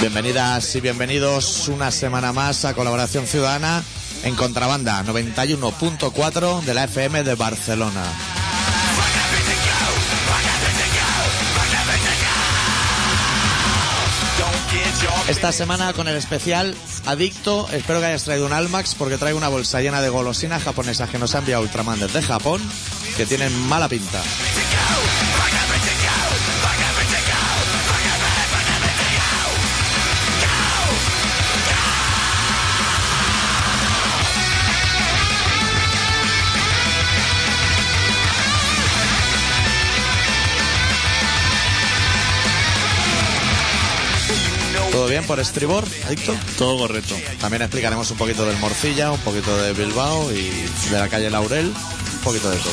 Bienvenidas y bienvenidos una semana más a Colaboración Ciudadana en Contrabanda 91.4 de la FM de Barcelona. Esta semana con el especial Adicto, espero que hayas traído un Almax porque traigo una bolsa llena de golosinas japonesas que nos ha enviado Ultraman desde Japón que tienen mala pinta. ¿Todo bien por estribor, Adicto? Todo correcto. También explicaremos un poquito del Morcilla, un poquito de Bilbao y de la calle Laurel, un poquito de todo.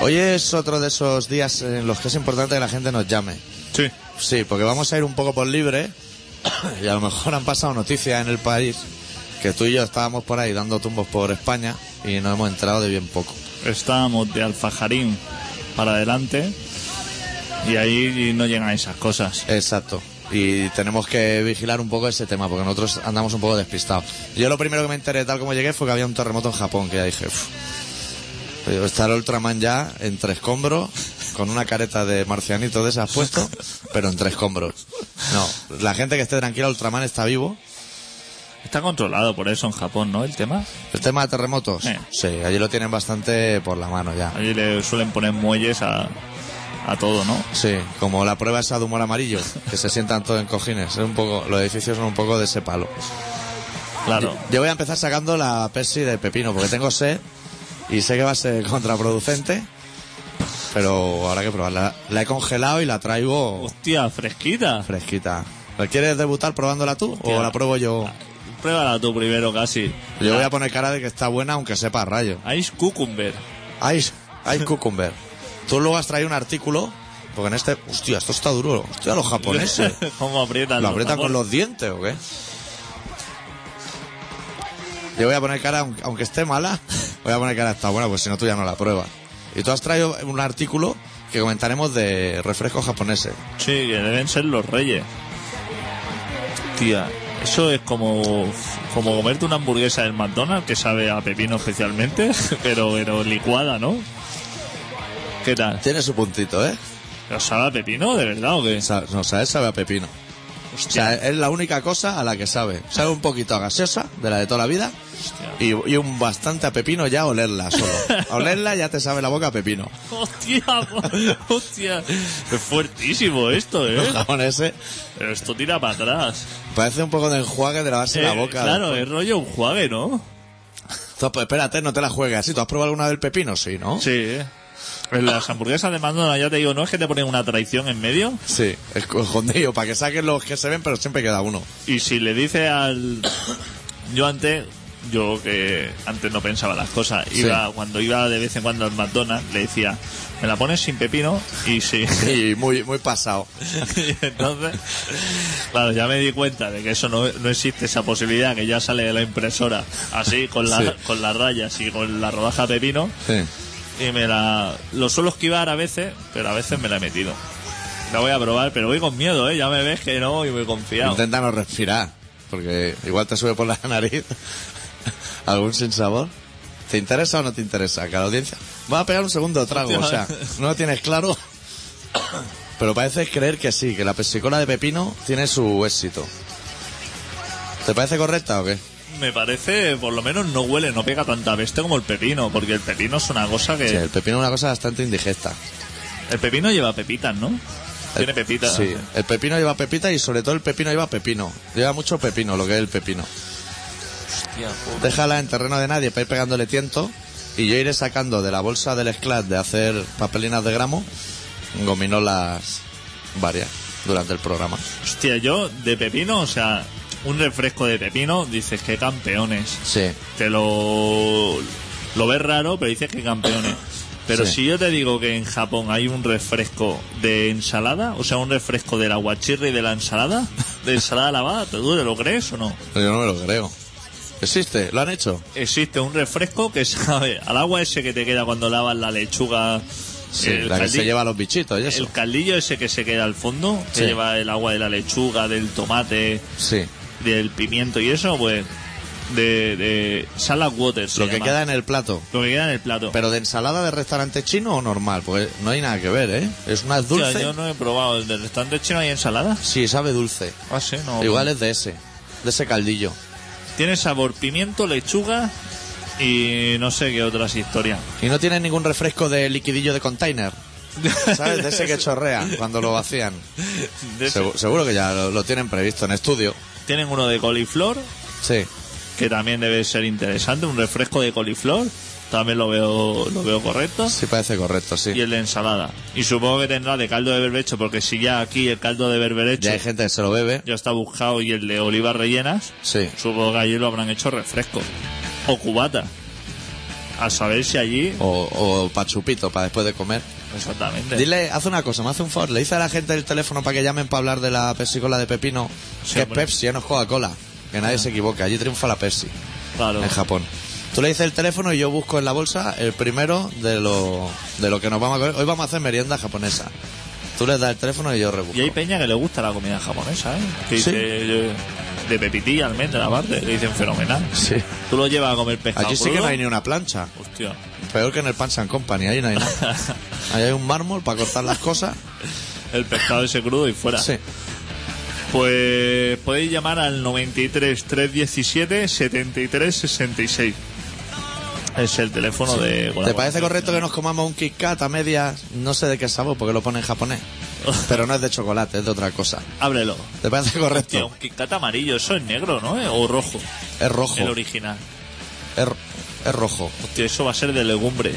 Hoy es otro de esos días en los que es importante que la gente nos llame. Sí. Sí, porque vamos a ir un poco por libre y a lo mejor han pasado noticias en el país que tú y yo estábamos por ahí dando tumbos por España y nos hemos enterado de bien poco. Estábamos de Alfajarín para adelante y ahí no llegan esas cosas. Exacto. Y tenemos que vigilar un poco ese tema porque nosotros andamos un poco despistados. Yo lo primero que me enteré tal como llegué fue que había un terremoto en Japón, que ya dije, "Uf". Digo, está el Ultraman ya entre escombros, con una careta de marcianito de esas puesto, pero entre escombros. No, la gente que esté tranquila, Ultraman está vivo. Está controlado por eso en Japón, ¿no? El tema. El tema de terremotos, Eh. sí, allí lo tienen bastante por la mano ya. Allí le suelen poner muelles a, a todo, ¿no? Sí, como la prueba esa de humor amarillo, que se sientan todos en cojines. Es un poco, los edificios son un poco de ese palo. Claro. Yo voy a empezar sacando la Pepsi de pepino, porque tengo sed y sé que va a ser contraproducente, pero habrá que probarla. La he congelado y la traigo Hostia, fresquita. fresquita. ¿La ¿Quieres debutar probándola tú o Hostia. la pruebo yo? Pruébala tú primero casi. Yo voy a poner cara de que está buena, aunque sepa a rayo. Ice Cucumber. Ice, Ice Cucumber. Tú luego has traído un artículo, porque en este... Hostia, esto está duro. Hostia, los japoneses. ¿Cómo aprietan? ¿Lo aprietan con tacos? los dientes o qué? Yo voy a poner cara, aunque- aunque esté mala, voy a poner cara está buena, pues si no tú ya no la pruebas. Y tú has traído un artículo que comentaremos de refrescos japoneses. Sí, que deben ser los reyes. Tía, eso es como, como comerte una hamburguesa del McDonald's que sabe a pepino especialmente, pero, pero licuada, ¿no? ¿Qué tal? Tiene su puntito, ¿eh? ¿Pero ¿Sabe a pepino de verdad o qué? Sa- No, sabes, sabe a pepino. O sea, Hostia, es la única cosa a la que sabe. Sabe un poquito a gaseosa, de la de toda la vida, hostia. y, y un bastante a pepino ya a olerla solo. A olerla ya te sabe la boca a pepino. Hostia, po- hostia. Es fuertísimo esto, ¿eh? Los japoneses Pero esto tira para atrás. parece un poco de enjuague de lavarse la Eh, boca. claro, es rollo un juave, ¿no? Tú, pues, espérate, no te la juegues así. ¿Tú has probado alguna del pepino? Sí, ¿no? Sí. En las hamburguesas de McDonald's ya te digo, ¿no es que te ponen una traición en medio? Sí, escondido, para que saquen los que se ven, pero siempre queda uno. Y si le dice al. Yo antes. Yo que antes no pensaba las cosas. Sí. Iba, Cuando iba de vez en cuando al McDonald's, le decía, me la pones sin pepino y sí. Y muy, muy pasado. y entonces, claro, ya me di cuenta de que eso no, no existe, esa posibilidad que ya sale de la impresora, así, con, la, Sí. con las rayas y con la rodaja de pepino. Sí. Y me la. Lo suelo esquivar a veces, pero a veces me la he metido. La voy a probar, pero voy con miedo, ¿eh? Ya me ves que no y voy confiado. Intenta no respirar, porque igual te sube por la nariz algún sinsabor. ¿Te interesa o no te interesa? Que a la audiencia va a pegar un segundo trago, o sea, no lo tienes claro. Pero parece creer que sí, que la pesicola de pepino tiene su éxito. ¿Te parece correcta o qué? Me parece, por lo menos no huele, no pega tanta peste como el pepino, porque el pepino es una cosa que... Sí, el pepino es una cosa bastante indigesta. El pepino lleva pepitas, ¿no? Tiene El- pepitas. Eh, Sí, el pepino lleva pepita y sobre todo el pepino lleva pepino. Lleva mucho pepino, lo que es el pepino. Déjala en terreno de nadie para ir pegándole tiento y yo iré sacando de la bolsa del esclat de hacer papelinas de gramo gominolas varias durante el programa. Hostia, yo de pepino, o sea, un refresco de pepino, dices que campeones. Sí. Te lo, lo ves raro, pero dices que campeones. Pero Sí. si yo te digo que en Japón hay un refresco de ensalada, o sea, un refresco del aguachirri de la ensalada, de ensalada lavada, ¿te duele? ¿Lo crees o no? Pero yo no me lo creo. ¿Existe? ¿Lo han hecho? Existe un refresco que sabe al agua ese que te queda cuando lavas la lechuga. Sí, el la que se caldillo- lleva a los bichitos y eso. El caldillo ese que se queda al fondo, que Sí. lleva el agua de la lechuga, del tomate, Sí. del pimiento y eso, pues de, de salad water. se Lo que llama. queda en el plato. lo que queda en el plato. Pero de ensalada de restaurante chino o normal, pues no hay nada que ver, ¿eh? Es una Hostia, dulce. yo no he probado. ¿El del restaurante chino hay ensalada? Sí, sabe dulce. Ah, sí, no. Igual es de ese, de ese caldillo. Tiene sabor pimiento, lechuga y no sé qué otras historias. Y no tiene ningún refresco de liquidillo de container. ¿Sabes? De ese que chorrea cuando lo vacían. De ese- Segu- seguro que ya lo, lo tienen previsto en estudio. Tienen uno de coliflor, Sí. que también debe ser interesante, un refresco de coliflor. También lo veo, lo veo correcto. Sí parece correcto, sí. y el de ensalada. Y supongo que tendrá de caldo de berbecho, porque si ya aquí el caldo de berberecho Ya hay gente que se lo bebe. ya está buscado y el de olivas rellenas, Sí. supongo que allí lo habrán hecho refresco o cubata. A saber si allí. O, o pa' chupito, para después de comer. Exactamente. Dile, haz una cosa, me hace un favor. Le dice a la gente del teléfono para que llamen para hablar de la pepsicola de Pepino. Sí, que es hombre. Ah. Pepsi, ya no es Coca-Cola. Que nadie se equivoque. Allí triunfa la Pepsi. Claro. en Japón. Tú le dices el teléfono y yo busco en la bolsa el primero de lo, de lo que nos vamos a comer. Hoy vamos a hacer merienda japonesa. Tú le das el teléfono y yo rebusco. Y hay peña que le gusta la comida japonesa, ¿eh? Que Sí. dice, eh, de pepitilla, almendra, aparte, le dicen fenomenal. Sí. Tú lo llevas a comer pescado Allí sí que crudo. no hay ni una plancha. Hostia. Peor que en el Pants and Company. Ahí no hay nada. Ahí hay un mármol para cortar las cosas. El pescado ese crudo y fuera. Sí. Pues podéis llamar al 93 317 73 66. Es el teléfono de ¿Te parece correcto que nos comamos un Kit Kat a medias? No sé de qué sabor porque lo pone en japonés. Pero no es de chocolate, es de otra cosa. Ábrelo. ¿Te parece Tío, correcto? un Kit Kat amarillo, eso es negro, ¿no? Eh, O rojo, Es rojo. el original. Es, ro- es rojo. Hostia, eso va a ser de legumbres.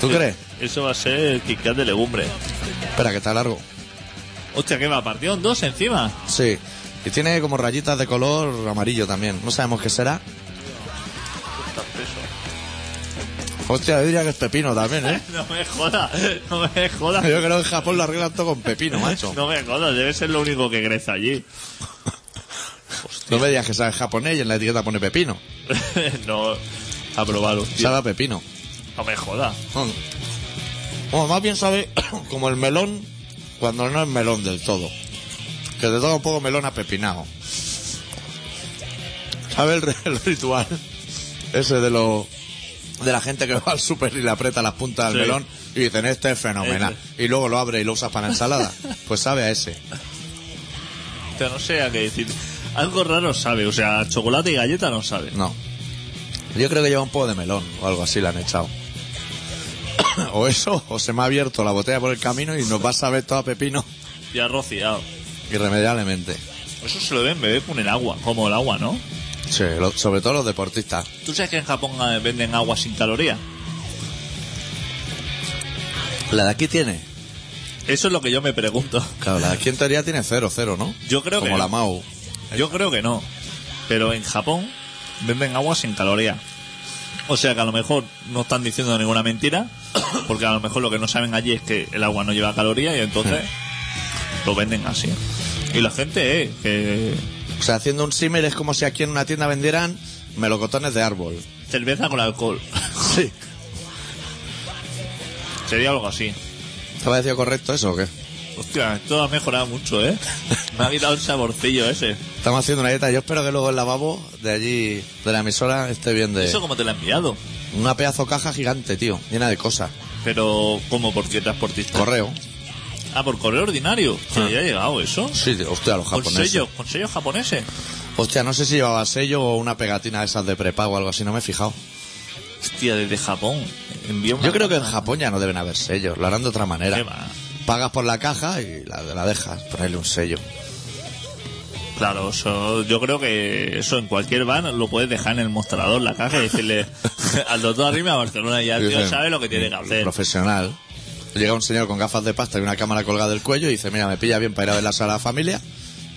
¿Tú crees? Eso va a ser el Kit Kat de legumbres. Espera, que está largo. Hostia, ¿qué va? Partido en dos encima. Sí. Y tiene como rayitas de color amarillo también. No sabemos qué será. Hostia, yo diría que es pepino también, ¿eh? No me jodas, no me jodas. Yo creo que en Japón lo arreglan todo con pepino, macho. No me jodas, debe ser lo único que crece allí. No me digas que sabe japonés y en la etiqueta pone pepino. no, a probar, hostia. Sabe a pepino. No me jodas. Mm. Bueno, más bien sabe como el melón cuando no es melón del todo. Que te toca un poco melón apepinado. ¿Sabe el, re- el ritual? Ese de lo de la gente que va al súper y le aprieta las puntas al Sí. melón y dicen, este es fenomenal. Y luego lo abre y lo usas para la ensalada. Pues sabe a ese. Hostia, no sé a qué decir. Algo raro sabe, o sea, chocolate y galleta no sabe. No. Yo creo que lleva un poco de melón o algo así, le han echado. O eso, o se me ha abierto la botella por el camino y nos va a saber todo a pepino Y arrociado. irremediablemente. Eso se lo deben beber con el agua, como el agua, ¿no? Sí, lo- sobre todo los deportistas. ¿Tú sabes que en Japón eh, venden agua sin calorías? ¿La de aquí tiene? Eso es lo que yo me pregunto. Claro, la de aquí en teoría tiene cero, cero, ¿no? Yo creo Como que- la Mau. Yo creo que no. Pero en Japón venden agua sin calorías. O sea que a lo mejor no están diciendo ninguna mentira, porque a lo mejor lo que no saben allí es que el agua no lleva calorías y entonces lo venden así. Y la gente, eh, que O sea, haciendo un símil es como si aquí en una tienda vendieran melocotones de árbol. cerveza con alcohol. Sí. Sería algo así. ¿Te ha parecido correcto eso o qué? Hostia, esto ha mejorado mucho, ¿eh? Me ha quitado el saborcillo ese. Estamos haciendo una dieta. Yo espero que luego el lavabo de allí, de la emisora, esté bien de... ¿Eso cómo te lo ha enviado? Una pedazo caja gigante, tío, llena de cosas. Pero, ¿cómo? ¿Por qué transportista? Correo. Ah, por correo ordinario. Ah. Hostia, ya ha llegado eso. Sí, tío, hostia, los Con japoneses. sellos, con sellos japoneses. Hostia, no sé si llevaba sello o una pegatina de esas de prepago o algo así, no me he fijado. Hostia, desde Japón. Envió una- Yo creo que en Japón ya no deben haber sellos, lo harán de otra manera. ¿Qué va? Pagas por la caja y la, la dejas, ponerle un sello. Claro, eso, yo creo que eso en cualquier van lo puedes dejar en el mostrador, la caja, y decirle al doctor arriba a Barcelona y ya el tío Dicen, sabe lo que tiene que hacer. Profesional. Llega un señor con gafas de pasta y una cámara colgada del cuello y dice, mira, me pilla bien para ir a ver la sala de la familia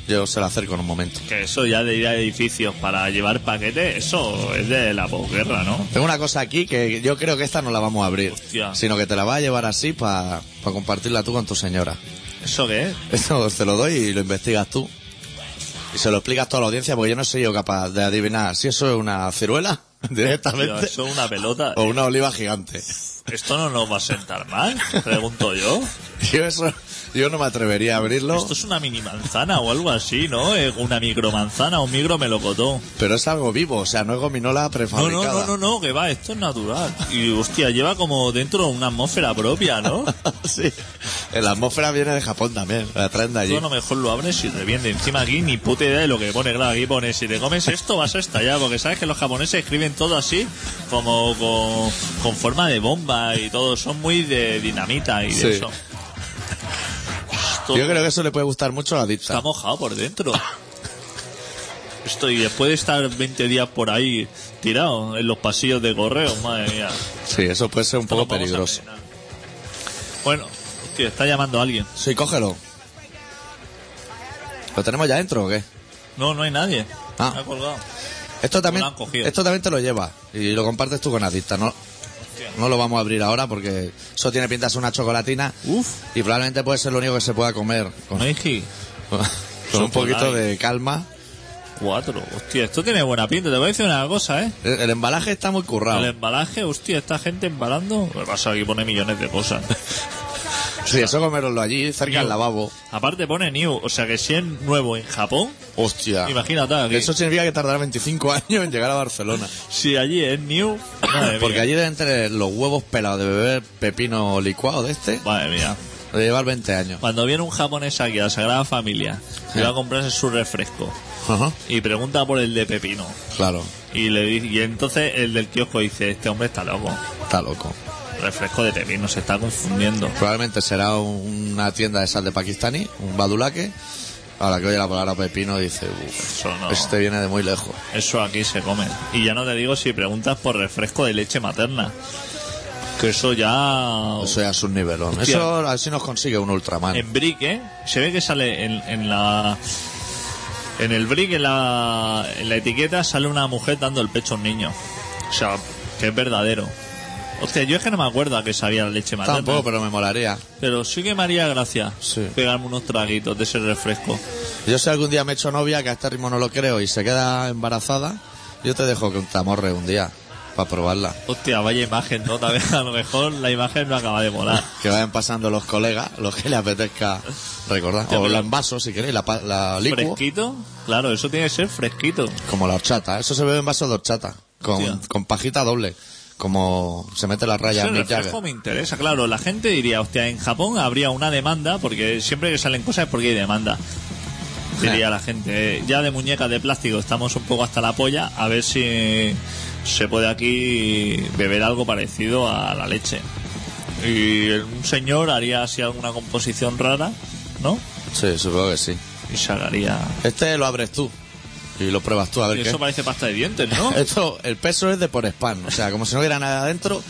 yo se la acerco en un momento. Que eso ya de ir a edificios para llevar paquetes, eso es de la posguerra, ¿no? Tengo una cosa aquí que yo creo que esta no la vamos a abrir, Hostia. sino que te la vas a llevar así para compartirla tú con tu señora. ¿Eso qué es? Esto te lo doy y lo investigas tú. Y se lo explicas a toda la audiencia porque yo no soy yo capaz de adivinar si eso es una ciruela Tío, directamente eso es una pelota. o una oliva gigante. ¿Esto no nos va a sentar mal? Pregunto yo. Yo eso yo no me atrevería a abrirlo, Esto es una mini manzana o algo así, ¿no? Eh, Una micro manzana, un micro melocotón. pero es algo vivo, o sea, no es gominola No, prefabricada. no, no, no, no, que va, esto es natural. Y hostia, lleva como dentro una atmósfera propia, ¿no? sí. La atmósfera viene de Japón también, la traen de allí. Tú a lo mejor lo abres y reviende. Encima aquí ni puta idea de lo que pone. Claro, aquí pone, si te comes esto vas a estallar. Porque sabes que los japoneses escriben todo así, como con, con forma de bomba y todo. Son muy de dinamita y de Sí. eso. Esto Yo creo que eso le puede gustar mucho a la dicta. está mojado por dentro. Estoy después de estar 20 días por ahí tirado en los pasillos de correo, madre mía. Sí, eso puede ser un Esto poco lo vamos a peligroso. envenenar. Bueno, hostia, está llamando a alguien. Sí, cógelo. ¿Lo tenemos ya dentro o qué? No, no hay nadie. Ah. Me ha colgado. Esto también, Lo han cogido. esto también te lo lleva y lo compartes tú con Adicta. No, no lo vamos a abrir ahora porque eso tiene pinta de ser una chocolatina Uf, y probablemente puede ser lo único que se pueda comer con, no hay gi- con un Chocolate. poquito de calma. Cuatro, hostia, esto tiene buena pinta. Te voy a decir una cosa, ¿eh? El, el embalaje está muy currado. El embalaje, hostia, esta gente embalando. Lo que pasa es que pone millones de cosas. Sí, eso comeroslo allí, cerca del New. lavabo. Aparte pone new, o sea que si es nuevo en Japón, Hostia. imagínate aquí. Eso significa que tardará 25 años en llegar a Barcelona. Si allí es new, madre Porque mía. allí deben tener los huevos pelados de beber pepino licuado de este. Madre mía. De llevar 20 años. Cuando viene un japonés aquí a la Sagrada Familia y va a comprarse su refresco Ajá. y pregunta por el de pepino Claro, y le di- y entonces el del kiosco dice, este hombre está loco. está loco. Refresco de pepino, se está confundiendo. Probablemente será un- una tienda de esas de pakistaní, un badulaque. Ahora que oye la palabra pepino dice, uff, Eso no. este viene de muy lejos. Eso aquí se come. Y ya no te digo si preguntas por refresco de leche materna. Que eso ya. Eso ya es un nivelón. Hostia. Eso a ver si nos consigue un Ultraman. En brick, ¿eh? Se ve que sale en, en la. En el brick, en la, en la etiqueta, sale una mujer dando el pecho a un niño. O sea, que es verdadero. Hostia, yo es que no me acuerdo a que sabía la leche materna. Tampoco, pero me molaría. Pero sí que me haría gracia Sí. pegarme unos traguitos de ese refresco. Yo si algún día me echo novia, que a este ritmo no lo creo, y se queda embarazada, yo te dejo que un tamorre un día, para probarla. Hostia, vaya imagen, ¿no? Tal vez a lo mejor la imagen no acaba de molar. Que vayan pasando los colegas, los que les apetezca recordar. Hostia, o pero- la envaso, si queréis, la, pa- la licuo. ¿Fresquito? Claro, eso tiene que ser fresquito. Como la horchata, eso se bebe en vasos de horchata, con, Hostia. con pajita doble, como se mete la raya Ese en Mick reflejo Jagger. me interesa, claro. La gente diría, hostia, en Japón habría una demanda, porque siempre que salen cosas es porque hay demanda. Diría la gente, eh, ya de muñecas de plástico estamos un poco hasta la polla, a ver si se puede aquí beber algo parecido a la leche. Y un señor haría así alguna composición rara, ¿no? Sí, supongo que sí. Y sacaría... Este lo abres tú y lo pruebas tú a ver Y qué. eso parece pasta de dientes, ¿no? Esto, el peso es de por spam, o sea, como si no hubiera nada adentro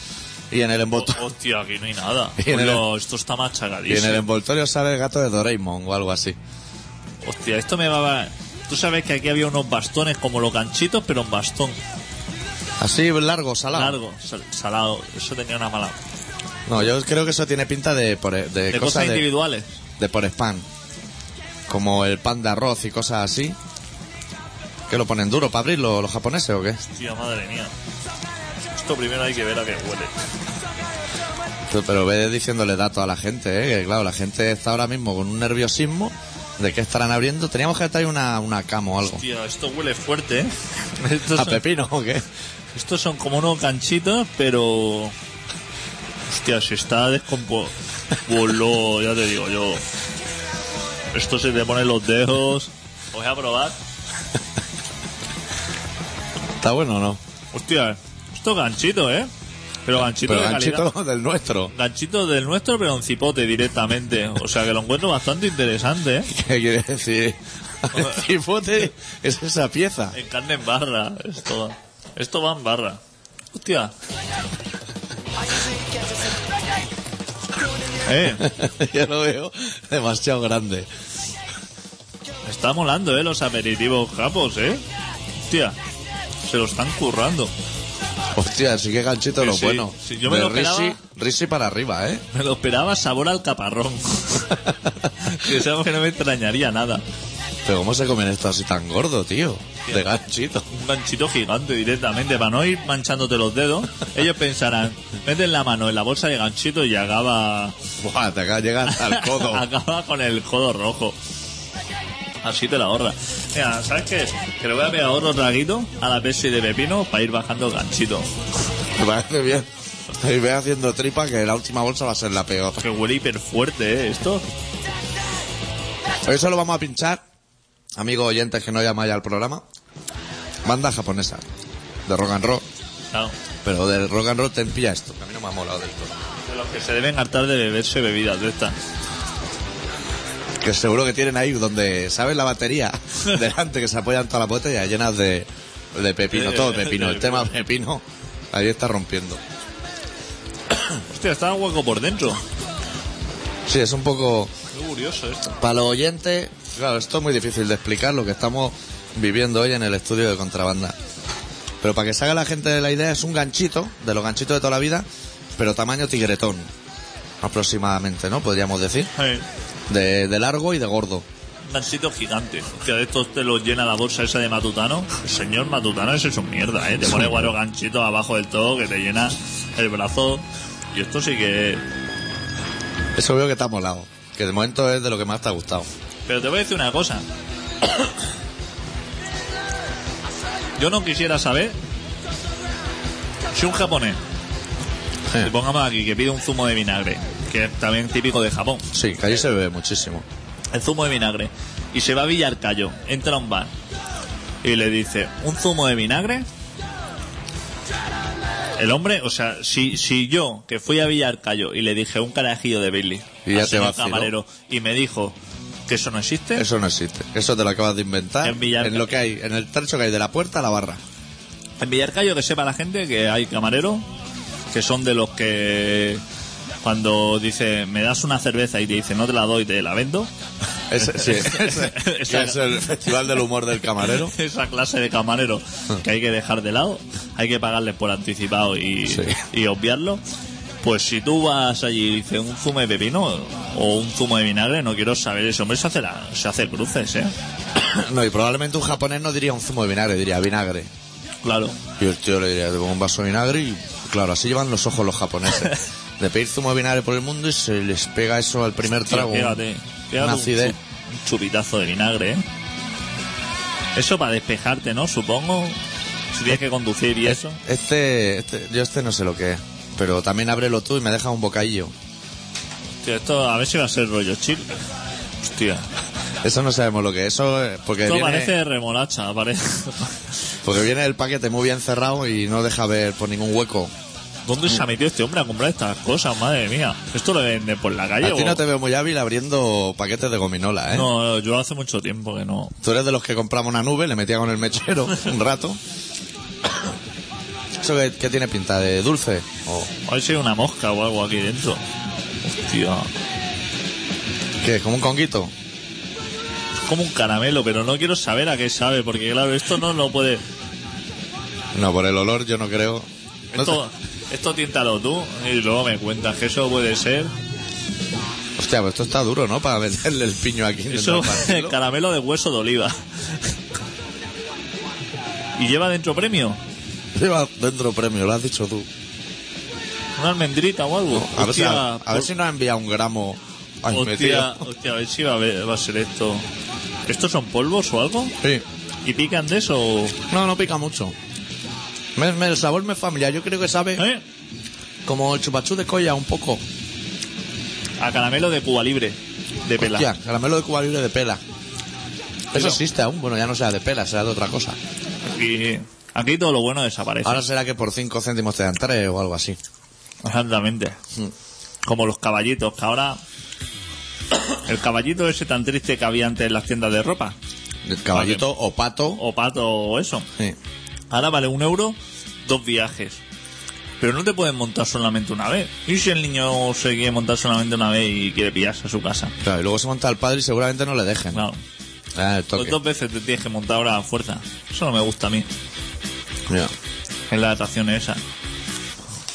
y en el Oh, envoltorio, Hostia, aquí no hay nada. Y en el- Coño, esto y está en el machacadísimo. envoltorio sale el gato de Doraemon o algo así. Hostia, esto me va a... Tú sabes que aquí había unos bastones como los ganchitos, pero un bastón Así largo, salado. largo, sal- salado. Eso tenía una mala... No, yo creo que eso tiene pinta de por, e, de, De cosas cosas de- individuales. de por spam. Como el pan de arroz y cosas así. ¿Qué lo ponen duro para abrirlo los japoneses o qué? Hostia, madre mía. Esto primero hay que ver a qué huele. Tú, Pero ve diciéndole datos a la gente, ¿eh? que claro, la gente está ahora mismo con un nerviosismo de qué estarán abriendo. Teníamos que traer una, una cama o algo. Hostia, esto huele fuerte, ¿eh? Estos ¿A son, pepino o qué? estos son como unos ganchitos, pero... Hostia, se está descompo... Voló, ya te digo yo. Esto se te pone los dedos. Voy a probar. ¿Está bueno o no? Hostia, esto ganchito, ¿eh? Pero ganchito Pero de ganchito calidad. del nuestro. Ganchito del nuestro, pero en cipote directamente. O sea que lo encuentro bastante interesante, ¿eh? ¿Qué quiere decir? El cipote es esa pieza. En carne en barra. Esto va, esto va en barra. Hostia. Eh, Eh, Yo lo veo demasiado grande. Está molando, ¿eh? Los aperitivos japos, ¿eh? Hostia, se lo están currando. Hostia, sí que ganchito Sí, lo sí. bueno. Sí, yo me De lo esperaba. Risi, Risi para arriba, ¿eh? Me lo esperaba sabor al caparrón. que es algo que no me extrañaría nada. Pero ¿cómo se comen esto así tan gordo, tío? De ganchito. Un ganchito gigante directamente, para no ir manchándote los dedos. Ellos pensarán, meten la mano en la bolsa de ganchito y acaba, Buah, te acaba de llegar al codo. acaba con el codo rojo. Así te la ahorra. Mira, ¿sabes qué? Que le voy a pegar otro traguito a la Pepsi de pepino para ir bajando el ganchito. Me parece bien. Y ve haciendo tripa que la última bolsa va a ser la peor. Que huele hiper fuerte, ¿eh? Esto. Eso lo vamos a pinchar, amigos oyentes que no llamáis al programa. Banda japonesa, de rock and roll. Claro. Pero del rock and roll te pilla esto. que A mí no me ha molado del todo. De los que se deben hartar de beberse bebidas de estas. Que seguro que tienen ahí donde, ¿sabes? La batería delante que se apoyan todas las botellas llenas de, de pepino. Eh, Todo eh, pepino. de El tema pepino ahí está rompiendo. Hostia, está hueco por dentro. Sí, es un poco... Qué curioso esto. Para los oyentes, claro, esto es muy difícil de explicar lo que estamos viviendo hoy en el estudio de contrabanda. Pero para que se haga la gente la idea, es un ganchito, de los ganchitos de toda la vida, pero tamaño tigretón, aproximadamente, ¿no? Podríamos decir. Eh, De, de largo y de gordo. Un gansito gigante. Hostia, de estos te los llena la bolsa esa de Matutano. El señor Matutano ese es un mierda, ¿eh? Te pone cuatro ganchitos abajo del todo que te llena el brazo. Y esto sí que... Eso veo que te ha molado, que de momento es de lo que más te ha gustado. Pero te voy a decir una cosa. Yo no quisiera saber si un japonés, Sí. pongamos aquí, que pide un zumo de vinagre, que es también típico de Japón. Sí, que allí se bebe muchísimo. el zumo de vinagre y se va a Villarcayo, entra a un bar y le dice, ¿un zumo de vinagre? El hombre, o sea, si, si yo que fui a Villarcayo y le dije un carajillo de Billy Y ya al te señor vaciló. camarero y me dijo que eso no existe, Eso no existe. Eso te lo acabas de inventar. En Villarca- en lo que hay, en el trecho que hay de la puerta a la barra. en Villarcayo que sepa la gente que hay camareros que son de los que cuando dice me das una cerveza y te dice no te la doy, te la vendo, Ese- sí, ese- Esa- es el festival del humor del camarero. esa clase de camarero que hay que dejar de lado, hay que pagarles por anticipado y, Sí. y obviarlo. Pues si tú vas allí y dices un zumo de pepino o un zumo de vinagre, no quiero saber eso. Hombre, se hace, la- se hace cruces, ¿eh? No, y probablemente un japonés no diría un zumo de vinagre, diría vinagre. Claro. Y el tío le diría, te pongo un vaso de vinagre y claro, así llevan los ojos los japoneses. De pedir zumo de vinagre por el mundo y se les pega eso al primer Tío, trago. Fíjate, fíjate una un, acidez. chu- un chupitazo de vinagre, ¿eh? Eso para despejarte, ¿no? Supongo. Si tienes que conducir Eh, y eso. Este, este, yo este no sé lo que es, pero también ábrelo tú y me deja un bocadillo. Tío, esto a ver si va a ser rollo chill. Hostia. Eso no sabemos lo que es, eso es porque Esto viene, parece remolacha, parece. porque viene el paquete muy bien cerrado y no deja ver por ningún hueco. ¿Dónde se ha metido este hombre a comprar estas cosas? Madre mía. ¿Esto lo venden por la calle? A ti o- no te veo muy hábil abriendo paquetes de gominola, ¿eh? No, no, yo hace mucho tiempo que no. Tú eres de los que compramos una nube, le metía con el mechero un rato. ¿Eso qué, qué tiene pinta? ¿De dulce? ¿O Hoy soy una mosca o algo aquí dentro. Hostia. qué? ¿Como un conguito? Es como un caramelo, pero no quiero saber a qué sabe, porque claro, esto no lo puede. No, por el olor yo no creo. No Esto, esto tiéntalo tú y luego me cuentas que eso puede ser. sé. Hostia, pues esto está duro, ¿no? Para venderle el piño aquí. Eso intentando partirlo. caramelo de hueso de oliva. ¿Y lleva dentro premio? Lleva dentro premio, lo has dicho tú. ¿Una almendrita o algo? A ver, si, Hostia, a, a ver si nos ha enviado un gramo ahí Hostia, metido. hostia, a ver si va a, ver- va a ser esto. ¿Estos son polvos o algo? Sí. ¿Y pican de eso? o- No, no pica mucho. Me- me- el sabor me es familiar. Yo creo que sabe ¿Eh? como el chupachú de colla un poco. A caramelo de Cuba Libre, de pela. Hostia, caramelo de Cuba Libre de pela. Eso Pero- existe aún, bueno, ya no será de pela, será de otra cosa. Y aquí todo lo bueno desaparece. Ahora será que por 5 céntimos te dan 3 o algo así. Exactamente. Como los caballitos, que ahora... El caballito ese tan triste que había antes en las tiendas de ropa. El Caballito o pato. O pato o eso. Sí. Ahora vale un euro, dos viajes. Pero no te pueden montar solamente una vez. ¿Y si el niño se quiere montar solamente una vez y quiere pillarse a su casa? Claro, y luego se monta el padre y seguramente no le dejen. Claro. Ah, el Pues toque. dos veces te tienes que montar ahora a fuerza. Eso no me gusta a mí. Mira. Es la atracción esa.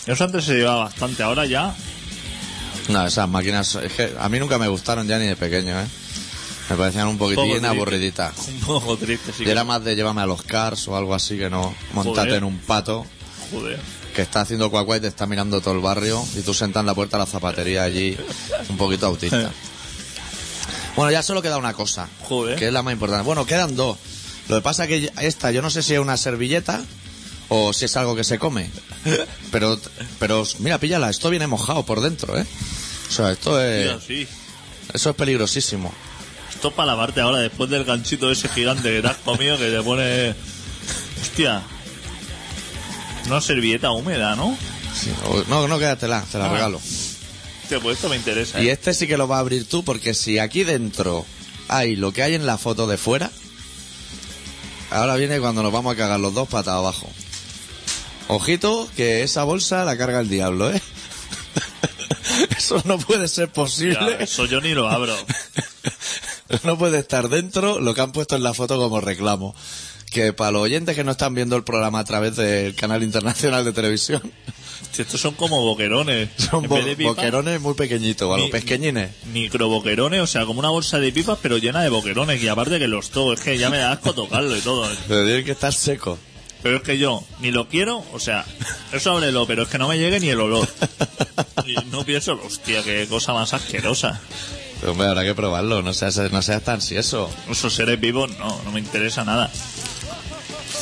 Eso antes se llevaba bastante, ahora ya. No, esas máquinas, es que a mí nunca me gustaron ya ni de pequeño, ¿eh? Me parecían un poco poquitín triste. aburriditas. Un poco triste, sí. Y que- era más de llévame a los cars o algo así que no. Montate Joder. en un pato Joder. que está haciendo cuacua y te está mirando todo el barrio y tú sentas en la puerta de la zapatería allí, un poquito autista. Bueno, ya solo queda una cosa, Joder. que es la más importante. Bueno, quedan dos. Lo que pasa es que esta, yo no sé si es una servilleta o si es algo que se come. Pero, pero mira, píllala, esto viene mojado por dentro, ¿eh? O sea, esto Tío, es, sí. eso es peligrosísimo. Esto para lavarte ahora, después del ganchito ese gigante que te has comido, que te pone. Hostia. Una servilleta húmeda, ¿no? Sí, o- No, no, quédatela, te la Ah. regalo. Hostia, pues esto me interesa. Y ¿eh? este sí que lo va a abrir tú, porque si aquí dentro hay lo que hay en la foto de fuera, ahora viene cuando nos vamos a cagar los dos patas abajo. Ojito, que esa bolsa la carga el diablo, ¿eh? Eso no puede ser Ya, posible. eso yo ni lo abro. No puede estar dentro lo que han puesto en la foto como reclamo. Que para los oyentes que no están viendo el programa a través del canal internacional de televisión, Hostia, estos son como boquerones. son En bo- vez de pipa, boquerones muy pequeñitos, o algo, Mi- pesqueñines. Microboquerones, o sea, como una bolsa de pipas, pero llena de boquerones. Y aparte que los toco, es que ya me da asco tocarlo y todo. eh. Pero tienen que estar secos. Pero es que yo ni lo quiero, o sea, eso ábrelo, pero es que no me llegue ni el olor. Y no pienso, hostia, qué cosa más asquerosa. Pero, Hombre, habrá que probarlo, no seas, no seas tan ansioso. Esos seres vivos no, no me interesa nada.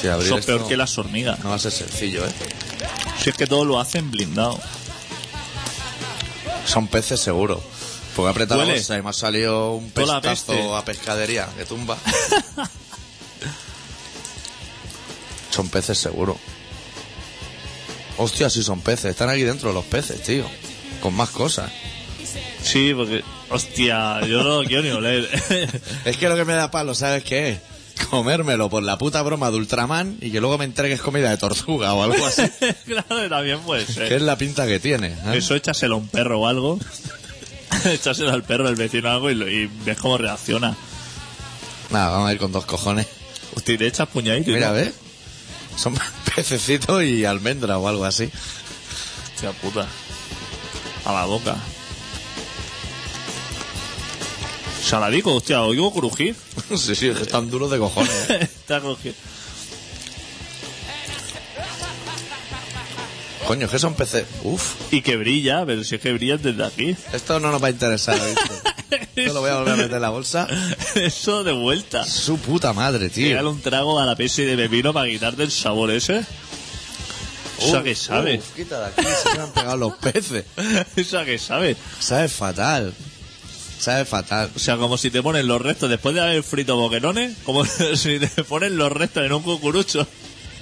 Si abrir Eso es Pues esto peor que las hormigas. No va a ser sencillo, ¿eh? Si es que todo lo hacen blindado. Son peces seguro. Porque he apretado la Huele. bolsa y me ha salido un Toda la peste. pestazo a pescadería que tumba. son peces seguro. Hostia, sí son peces. Están aquí dentro los peces, tío. Con más cosas. Sí, porque, hostia, yo no lo quiero ni oler. Es que lo que me da palo, ¿sabes qué es? Comérmelo por la puta broma de Ultraman y que luego me entregues comida de tortuga o algo así. claro, también puede ser. que es la pinta que tiene. ¿eh? Eso échaselo a un perro o algo. échaselo al perro, al vecino o algo y, lo- y ves cómo reacciona. Nada, vamos a ir con dos cojones. Hostia, y le echas puñadito. y Mira, no. ¿ves? Son pececitos y almendra o algo así. Hostia puta. A la boca. Saladico, hostia, oigo crujir. sí, sí, están duros de cojones. ¿eh? Está crujir. Coño, es que son peces. Uf, Y que brilla, pero si es que brilla desde aquí. esto no nos va a interesar, ¿viste? Esto lo voy a volver a meter en la bolsa. Eso de vuelta. Su puta madre, Y tío. dale un trago a la pesa de pepino para quitarte el sabor ese. Uh, Esa que sabe. Uf, quita de aquí, se me han pegado los peces. Esa que sabe. Sabe fatal. Sabe fatal. O sea, como si te ponen los restos después de haber frito boquerones, como si te ponen los restos en un cucurucho.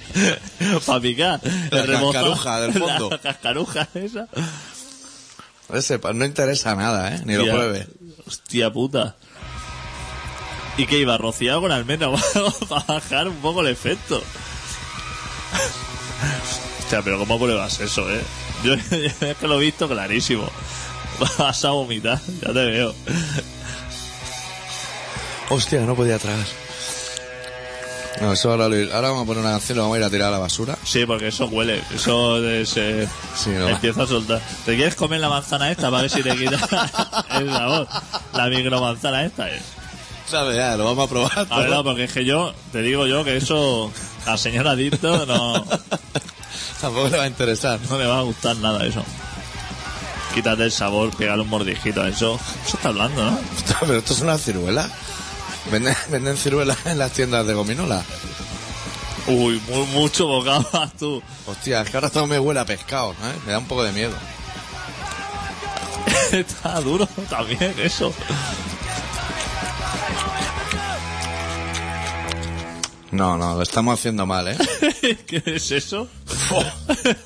para picar. La El remojado- cascaruja del fondo. La cascaruja esa. Ese pa- no interesa nada, ¿eh? Ni lo Hostia, pruebe. Hostia puta. ¿Y qué iba? ¿Rociado con almendra o algo para bajar un poco el efecto? Hostia, pero ¿cómo pruebas eso, eh? Yo es que lo he visto clarísimo. Vas a vomitar, ya te veo. Hostia, no podía tragar. No, eso ahora, lo- ahora vamos a poner una canción y lo vamos a ir a tirar a la basura. Sí, porque eso huele, eso de- se Sí, no. empieza a soltar. ¿Te quieres comer la manzana esta para ver si te quita el sabor? La micromanzana esta es. ¿Sabes? Ya, lo vamos a probar. A todo. ver, no, porque es que yo, te digo yo que eso, la señora Dicto no, Tampoco le va a interesar. No le va a gustar nada eso. Quítate el sabor, pégale un mordijito a eso. Eso está hablando, ¿no? Puta, Pero esto es una ciruela. Venden, venden ciruelas en las tiendas de gominola. Uy, muy, mucho bocado vas tú. Hostia, es que ahora todo me huele a pescado, ¿eh? Me da un poco de miedo. está duro también eso. No, no, lo estamos haciendo mal, ¿eh? ¿Qué es eso?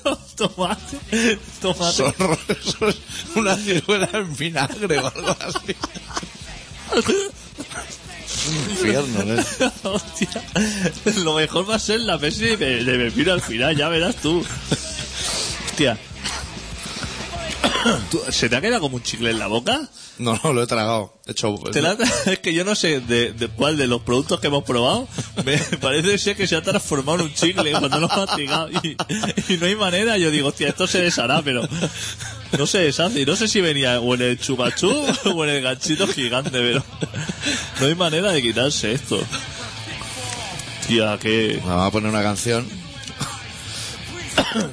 Oh, tomate, tomate. Son- eso es una ciruela en vinagre o algo así. Infierno, ¿eh? Hostia. Lo mejor va a ser la pesi de, de pepino al final, ya verás tú. Hostia. ¿Tú- ¿Se te ha quedado como un chicle en la boca? No, no, lo he tragado. De hecho, Te la- es que yo no sé de, de cuál de los productos que hemos probado me parece ser que se ha transformado en un chicle cuando lo has mastigado y, y no hay manera yo digo hostia esto se deshará pero no se deshace y no sé si venía o en el chupachú o en el ganchito gigante pero no hay manera de quitarse esto tía que vamos a poner una canción.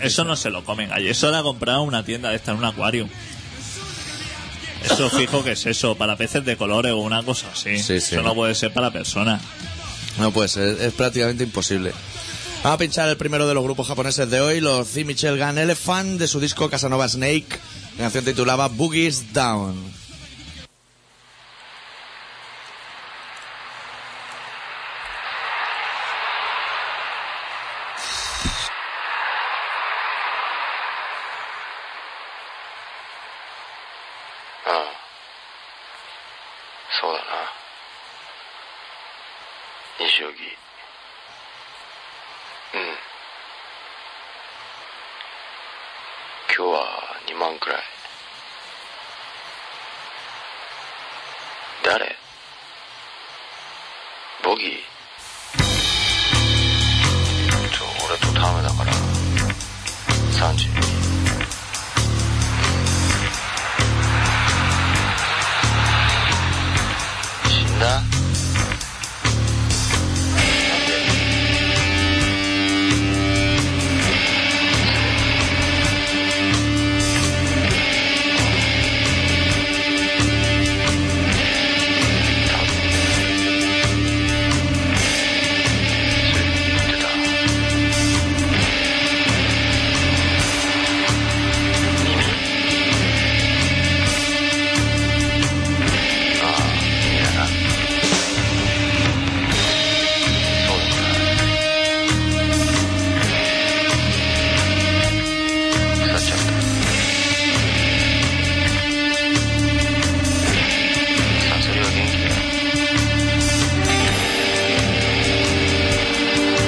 eso no se lo comen allí eso lo ha comprado en una tienda de esta en un acuario eso fijo que es eso para peces de colores o una cosa así Sí, sí. eso no puede ser para personas No puede ser, es prácticamente imposible. Vamos a pinchar el primero de los grupos japoneses de hoy, los The Michel Gun Elephant, de su disco Casanova Snake. La canción titulaba Boogies Down. うんそうだな西荻うん今日は2万くらい誰ボギーちょ俺とタムだから32死んだ出たああいいだなそうだな腐っちゃったサソリは元気だよ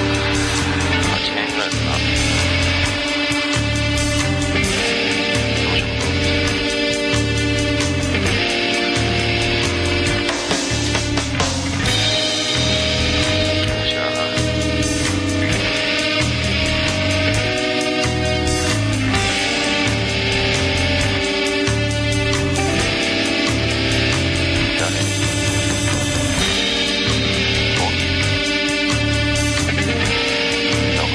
8年ぐらいかなどうしようかな知らない誰ボギーどこ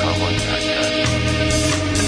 カウボーイになりたい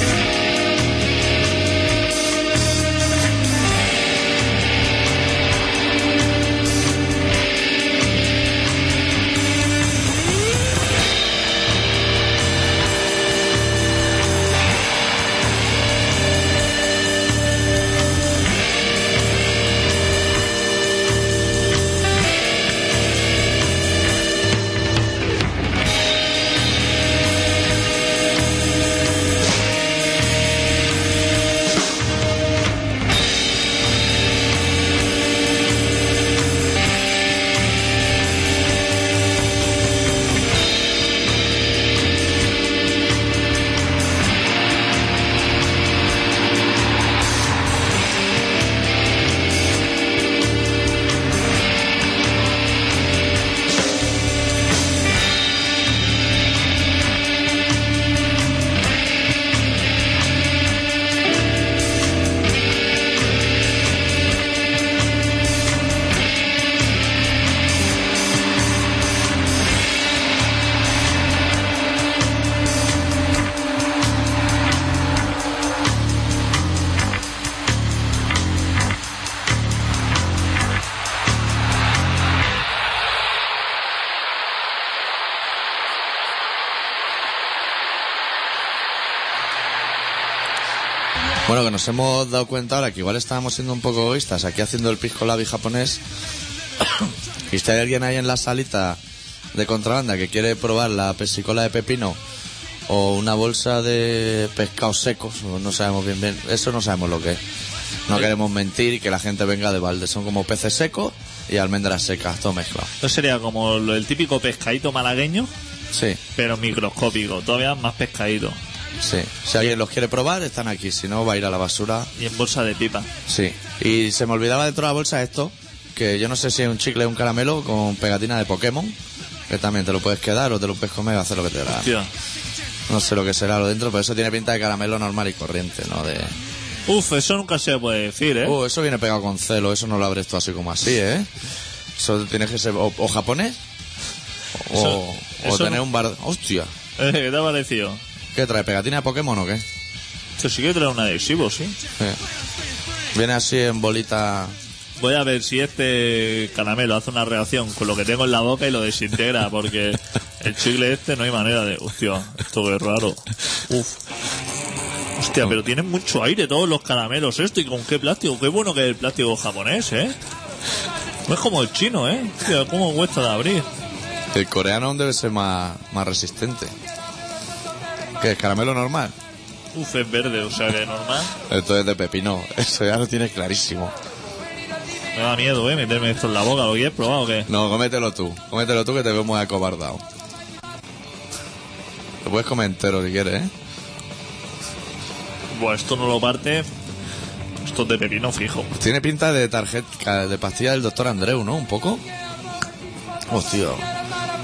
Bueno, que nos hemos dado cuenta ahora que igual estábamos siendo un poco egoístas aquí haciendo el pisco labi japonés. y si hay alguien ahí en la salita de contrabanda que quiere probar la pesicola de pepino o una bolsa de pescados secos, o no sabemos bien bien, eso no sabemos lo que es. No queremos mentir y que la gente venga de balde. Son como peces secos y almendras secas, todo mezclado. Esto sería como lo- el típico pescadito malagueño, Sí, pero microscópico, todavía más pescadito. sí. Si alguien los quiere probar, están aquí. Si no, va a ir a la basura. Y en bolsa de pipa. Sí. Y se me olvidaba dentro de la bolsa esto, que yo no sé si es un chicle o un caramelo con pegatina de Pokémon, que también te lo puedes quedar o te lo puedes comer, hacer lo que te dé la gana. Tío. No sé lo que será lo dentro, pero eso tiene pinta de caramelo normal y corriente, ¿no? De... Uf, eso nunca se puede decir, ¿eh? Uh, eso viene pegado con celo, eso no lo abres tú así como así, ¿eh? Eso tienes que ser o, o japonés o, Eso- o eso tener no- un bar... Hostia, Eh, ¿Qué te ha parecido? ¿qué trae? ¿Pegatina de Pokémon o qué? Esto sí que trae un adhesivo, sí. Eh, Viene así en bolita... Voy a ver si este caramelo hace una reacción con lo que tengo en la boca y lo desintegra, porque el chicle este no hay manera de. Hostia, esto que raro. Uf. Hostia, pero tienen mucho aire todos los caramelos esto y con qué plástico. Qué bueno que es el plástico japonés, ¿eh? No es como el chino, ¿eh? Hostia, cómo cuesta de abrir. El coreano aún debe ser más, más resistente. ¿Qué es caramelo normal? Uf, es verde, o sea que normal. Esto es de pepino, eso ya lo tienes clarísimo. Me da miedo, ¿eh? Meterme esto en la boca. ¿Lo quieres probar o qué? No, cómetelo tú, cómetelo tú que te veo muy acobardado. Lo puedes comer entero si quieres, ¿eh? Buah, esto no lo parte. Esto es de pepino fijo. Pues Tiene pinta de tarjeta, de pastilla del doctor Andreu, ¿no? Un poco. Hostia,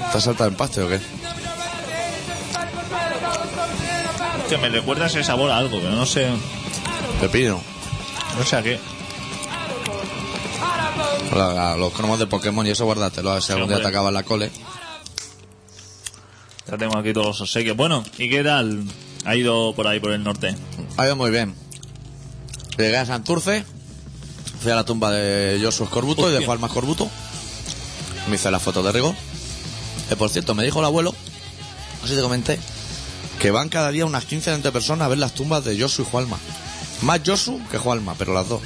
¿estás saltado en paste o qué? Hostia, me recuerda ese sabor a algo, pero no sé. Pepino. No sé a qué. Hola, Los cromos de Pokémon y eso guárdatelo, a ver si algún día te hombre. acaba la cole. Ya tengo aquí todos los obsequios. Bueno, ¿y qué tal? Ha ido por ahí, por el norte. Ha ido muy bien. Llegué a Santurce, fui a la tumba de Joshua Escorbuto y de Hostia. Juan Más Corbuto. Me hice la foto de Rigo. Que por cierto, me dijo el abuelo, no sé si te comenté, que van cada día unas 15 20 personas a ver las tumbas de Joshua y Juanma. Más Josu que Juanma, pero las dos.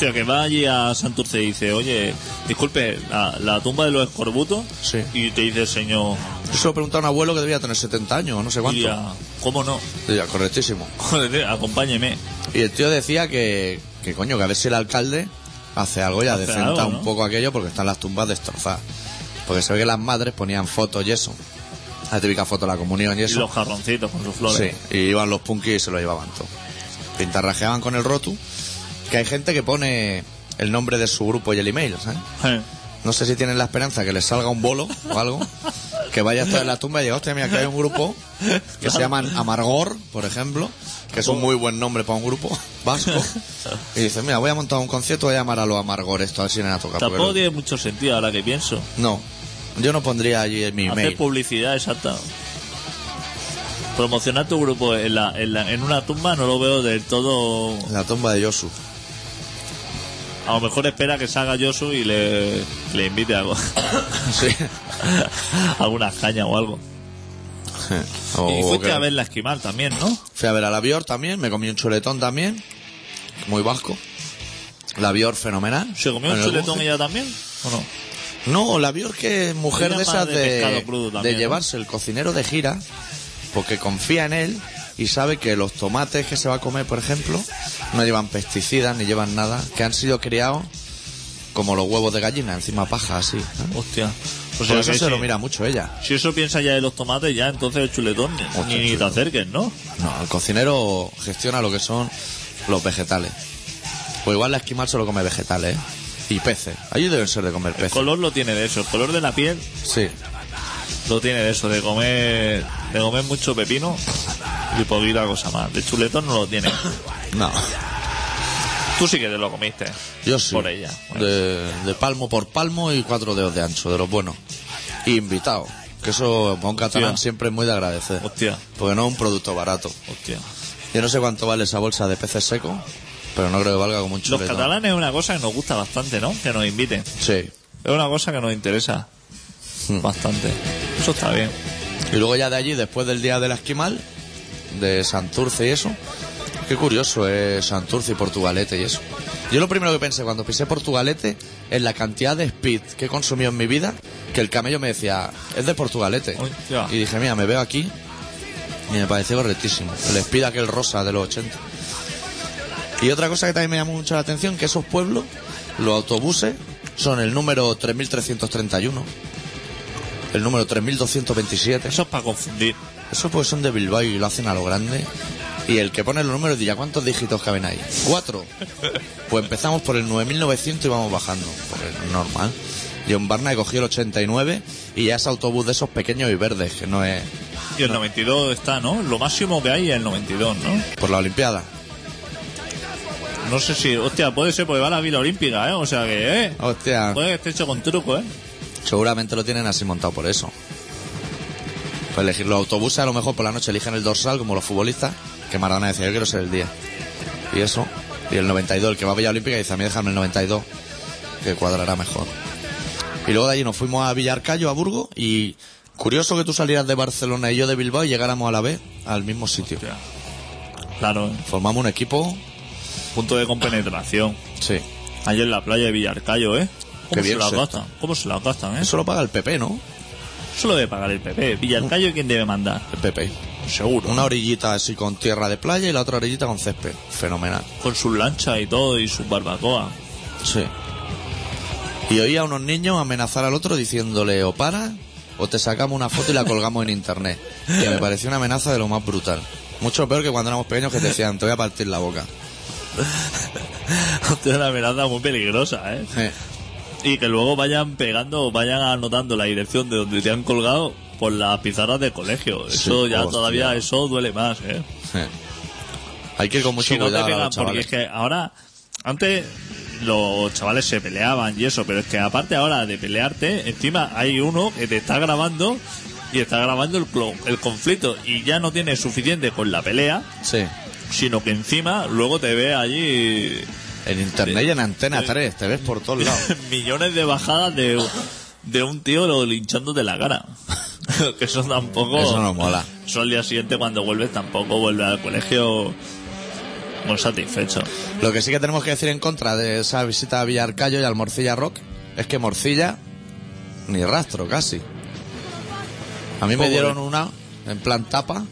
Tío, que va allí a Santurce y dice, oye, disculpe, la, la tumba de los escorbutos. Sí. Y te dice el señor, Yo se lo pregunté a un abuelo que debía tener 70 años, o no sé cuánto. diría, ¿cómo no? Diría, correctísimo. Joder, acompáñeme. Y el tío decía que, que coño, que a ver si el alcalde hace algo ya Hace decenta algo, ¿no? un poco aquello porque están las tumbas destrozadas. Porque se ve que las madres ponían fotos y eso. La típica foto de la comunión y Y eso. los jarroncitos con sus flores. Sí, y iban los punkis y se lo llevaban todo. Pintarrajeaban con el rotu. Que hay gente que pone el nombre de su grupo y el email, ¿sabes? Eh, No sé si tienen la esperanza que les salga un bolo o algo. Que vaya a estar en la tumba y diga, hostia, mira, que hay un grupo que se llaman Amargor, por ejemplo, que es un muy buen nombre para un grupo vasco. Y dice, mira, voy a montar un concierto, voy a llamar a los Amargor esto, a ver si vienen a tocar. porque Tampoco tiene mucho sentido ahora que pienso. No, yo no pondría allí mi Hacer email. publicidad exacta. Promocionar tu grupo en, la, en, la- en una tumba no lo veo del todo... La tumba de Yosu. A lo mejor espera que salga Yosu y le, le invite algo. Sí. algunas cañas o algo. O- y fuiste Oh, que- a ver la esquimal también, ¿no? Fui a ver a la Bior también, me comí un chuletón también, muy vasco. La Bior fenomenal. ¿Se comió En un el chuletón buffet. ella también? ¿O no? No, la Bior que es mujer Ella de más esas de de, pescado crudo también, de ¿no? llevarse el cocinero de gira porque confía en él y sabe que los tomates que se va a comer, por ejemplo, no llevan pesticidas ni llevan nada, que han sido criados como los huevos de gallina, encima paja así. ¿no? Hostia. O Por sea, eso que se si, lo mira mucho ella. si eso piensa ya de los tomates, ya entonces el chuletón ni- Hostia, ni, te chulo. acerques, ¿no? No, el cocinero gestiona lo que son los vegetales. Pues igual la esquimal solo come vegetales ¿eh? y peces. Allí deben ser de comer El peces. color lo tiene de eso. El color de la piel Sí, lo tiene de eso. De comer, de comer mucho pepino y poquita cosa más. De chuletón no lo tiene. no. Tú sí que te lo comiste. Yo sí. Por ella. Bueno. De, de palmo por palmo y cuatro dedos de ancho, de los buenos. Y invitado. Que eso para un catalán Hostia. siempre es muy de agradecer. Hostia. Porque no es un producto barato. Hostia. Yo no sé cuánto vale esa bolsa de peces secos, pero no creo que valga como un Los chuletón. catalanes es una cosa que nos gusta bastante, ¿no? Que nos inviten. Sí. Es una cosa que nos interesa Hmm. bastante. Eso está bien. Y luego ya de allí, después del día del esquimal, de Santurce y eso, qué curioso es Santurce y Portugalete y eso. Yo lo primero que pensé cuando pisé Portugalete es la cantidad de speed que he consumido en mi vida, que el camello me decía, es de Portugalete. Hostia. Y dije, mira, me veo aquí y me pareció correctísimo. El speed aquel rosa de los 80. Y otra cosa que también me llamó mucho la atención, que esos pueblos, los autobuses, son el número 3331, el número 3227. Eso es para confundir. Eso pues son de Bilbao y lo hacen a lo grande. Y el que pone los números dirá, ¿cuántos dígitos caben ahí? Cuatro. Pues empezamos por el 9900 y vamos bajando, porque es normal. Yo en Barna he cogido el 89 y ya es autobús de esos pequeños y verdes, que no es Y el 92 está, ¿no? Lo máximo que hay es el 92, ¿no? por la Olimpiada. No sé si, hostia, puede ser porque va a la Vila Olímpica, ¿eh? O sea que, ¿eh? Hostia, Puede que esté hecho con truco, ¿eh? seguramente lo tienen así montado por eso. Pues elegir los autobuses, a lo mejor por la noche eligen el dorsal, como los futbolistas, que Maradona decía, yo quiero ser el día. Y eso. Y el 92, el que va a Villa Olímpica, dice, a mí déjame el 92, que cuadrará mejor. Y luego de allí nos fuimos a Villarcayo, a Burgo, y curioso que tú salieras de Barcelona y yo de Bilbao y llegáramos a la vez al mismo sitio. Hostia. Claro, ¿eh? Formamos un equipo, punto de compenetración. sí. Allí en la playa de Villarcayo, ¿eh? Qué ¿Cómo se bien la se gastan? ¿Cómo se la gastan, eh? Eso lo paga el PP, ¿no? Eso lo debe pagar el PP. Villarcayo, ¿quién debe mandar? El PP. Seguro. Una orillita así con tierra de playa y la otra orillita con césped. Fenomenal. Con sus lanchas y todo y sus barbacoas. Sí. Y oía a unos niños amenazar al otro diciéndole o para o te sacamos una foto y la colgamos en internet. Que me pareció una amenaza de lo más brutal. Mucho peor que cuando éramos pequeños que te decían te voy a partir la boca. Hostia, una amenaza muy peligrosa, ¿eh? Eh, Y que luego vayan pegando, vayan anotando la dirección de donde te han colgado por las pizarras del colegio. Eso Sí, ya hostia. todavía, eso duele más, ¿eh? eh. Hay que ir con mucho si no te cuidado. pegan, los porque chavales. es que ahora, antes los chavales se peleaban y eso, pero es que aparte ahora de pelearte, encima hay uno que te está grabando y está grabando el, clo- el conflicto y ya no tiene suficiente con la pelea, Sí. sino que encima luego te ve allí En internet y en Antena 3, te ves por todos lados. millones de bajadas de, de un tío lo linchando de la cara. que eso tampoco. Eso no mola. Eso al día siguiente cuando vuelves tampoco vuelves al colegio muy satisfecho. Lo que sí que tenemos que decir en contra de esa visita a Villarcayo y al Morcilla Rock es que Morcilla ni rastro casi. A mí me Pobre. dieron una en plan tapa,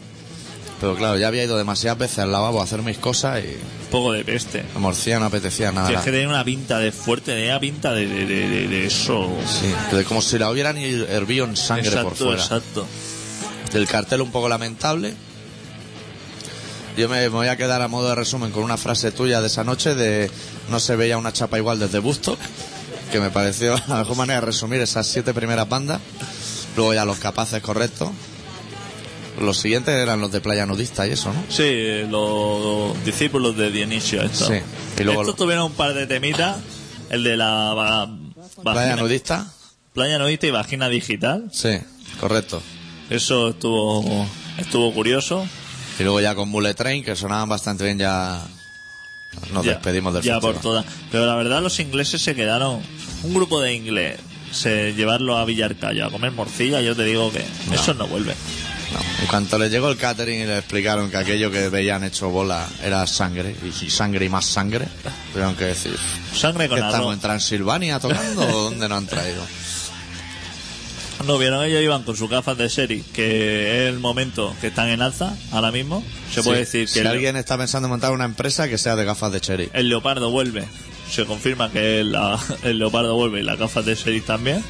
pero claro, ya había ido demasiadas veces al lavabo a hacer mis cosas y Un poco de peste. a Morcilla no apetecía Si es nada. que tenía una pinta de fuerte, tenía pinta de, de, de, de- de eso. Sí, que como si la hubieran hervido en sangre exacto, por fuera. exacto. Del cartel un poco lamentable. Yo me, me voy a quedar a modo de resumen con una frase tuya de esa noche de no se veía una chapa igual desde Busto, que me pareció la mejor manera de resumir esas siete primeras bandas. Luego ya los capaces correctos. Los siguientes eran los de playa nudista y eso, ¿no? Sí, los discípulos de Dionisio. Esto. Sí, y luego- Estos tuvieron un par de temitas. El de la. va- Playa vagina- nudista, playa nudista y vagina digital. sí, correcto. Eso estuvo estuvo curioso. Y luego ya con Bullet Train, que sonaban bastante bien, ya nos Ya- despedimos del Ya festival. por todas. Pero la verdad los ingleses se quedaron un grupo de inglés se llevarlo a Villarcayo a comer morcilla, yo te digo que eso no vuelve. No, En cuanto les llegó el catering y les explicaron que aquello que veían hecho bola era sangre, y si sangre y más sangre, tuvieron que decir, Sangre ¿qué con estamos arroz. en Transilvania tocando o dónde nos han traído? No vieron ellos iban con sus gafas de serie, que es el momento que están en alza ahora mismo. Se puede Sí, decir que si el, alguien está pensando en montar una empresa que sea de gafas de cherry. el leopardo vuelve. Se confirma que la- el leopardo vuelve y las gafas de serie también.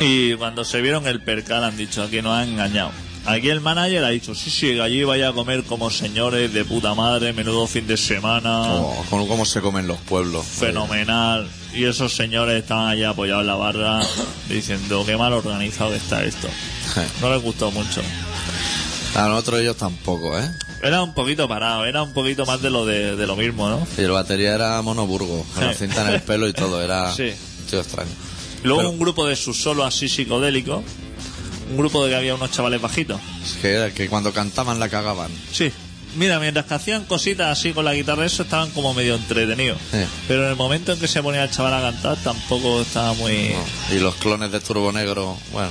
Y cuando se vieron el percal han dicho, aquí nos han engañado. Aquí el manager ha dicho, sí, sí, allí vaya a comer como señores de puta madre, menudo fin de semana, O con cómo se comen los pueblos. fenomenal. Y esos señores estaban allí apoyados en la barra diciendo, qué mal organizado que está esto. No les gustó mucho. A nosotros ellos tampoco, ¿eh? Era un poquito parado, era un poquito más de lo, de, de lo mismo, ¿no? Y el batería era monoburgo, con la Sí. cinta en el pelo y todo, era Sí. un tío extraño. Luego Pero- un grupo de sus solos así psicodélicos. Un grupo de que había unos chavales bajitos. Es que, que cuando cantaban la cagaban. Sí. Mira, mientras que hacían cositas así con la guitarra, eso estaban como medio entretenidos. Sí. Pero en el momento en que se ponía el chaval a cantar, tampoco estaba muy. Y los clones de Turbo Negro, bueno,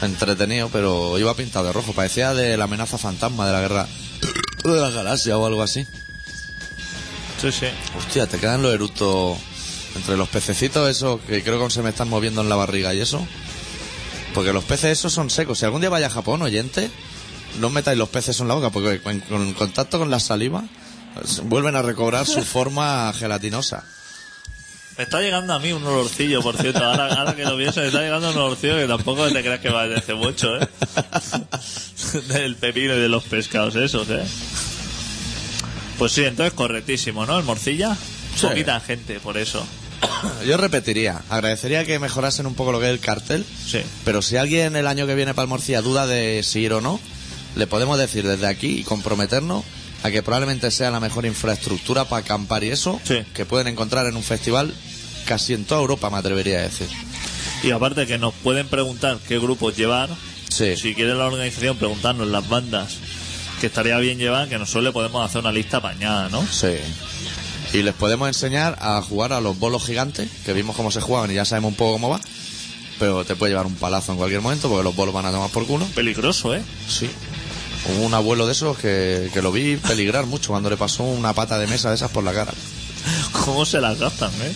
entretenido, pero iba pintado de rojo. Parecía de la amenaza fantasma de la guerra de la galaxia o algo así. Sí, sí. Hostia, te quedan los eructos entre los pececitos, esos que creo que aún se me están moviendo en la barriga y eso. Porque los peces esos son secos. Si algún día vaya a Japón, oyente, no os metáis los peces en la boca, porque en, con contacto con la saliva eh, vuelven a recobrar su forma gelatinosa. Me está llegando a mí un olorcillo, por cierto. Ahora, ahora que lo pienso, me está llegando un olorcillo que tampoco te creas que va desde hace mucho, ¿eh? Del pepino y de los pescados esos, ¿eh? Pues sí, entonces correctísimo, ¿no? El morcilla. Sí. Poquita gente, por eso. Yo repetiría, agradecería que mejorasen un poco lo que es el cartel, Sí. pero si alguien el año que viene para el Morcilla duda de si ir o no, le podemos decir desde aquí y comprometernos a que probablemente sea la mejor infraestructura para acampar y eso Sí. que pueden encontrar en un festival casi en toda Europa, me atrevería a decir. Y aparte que nos pueden preguntar qué grupos llevar. Sí. Si quiere la organización preguntarnos las bandas que estaría bien llevar, que nosotros le podemos hacer una lista apañada, ¿no? Sí. Y les podemos enseñar a jugar a los bolos gigantes, que vimos cómo se juegan y ya sabemos un poco cómo va, pero te puede llevar un palazo en cualquier momento porque los bolos van a tomar por culo. Peligroso, ¿eh? Sí. Hubo un abuelo de esos que, que lo vi peligrar mucho cuando le pasó una pata de mesa de esas por la cara. ¿Cómo se las gastan, eh?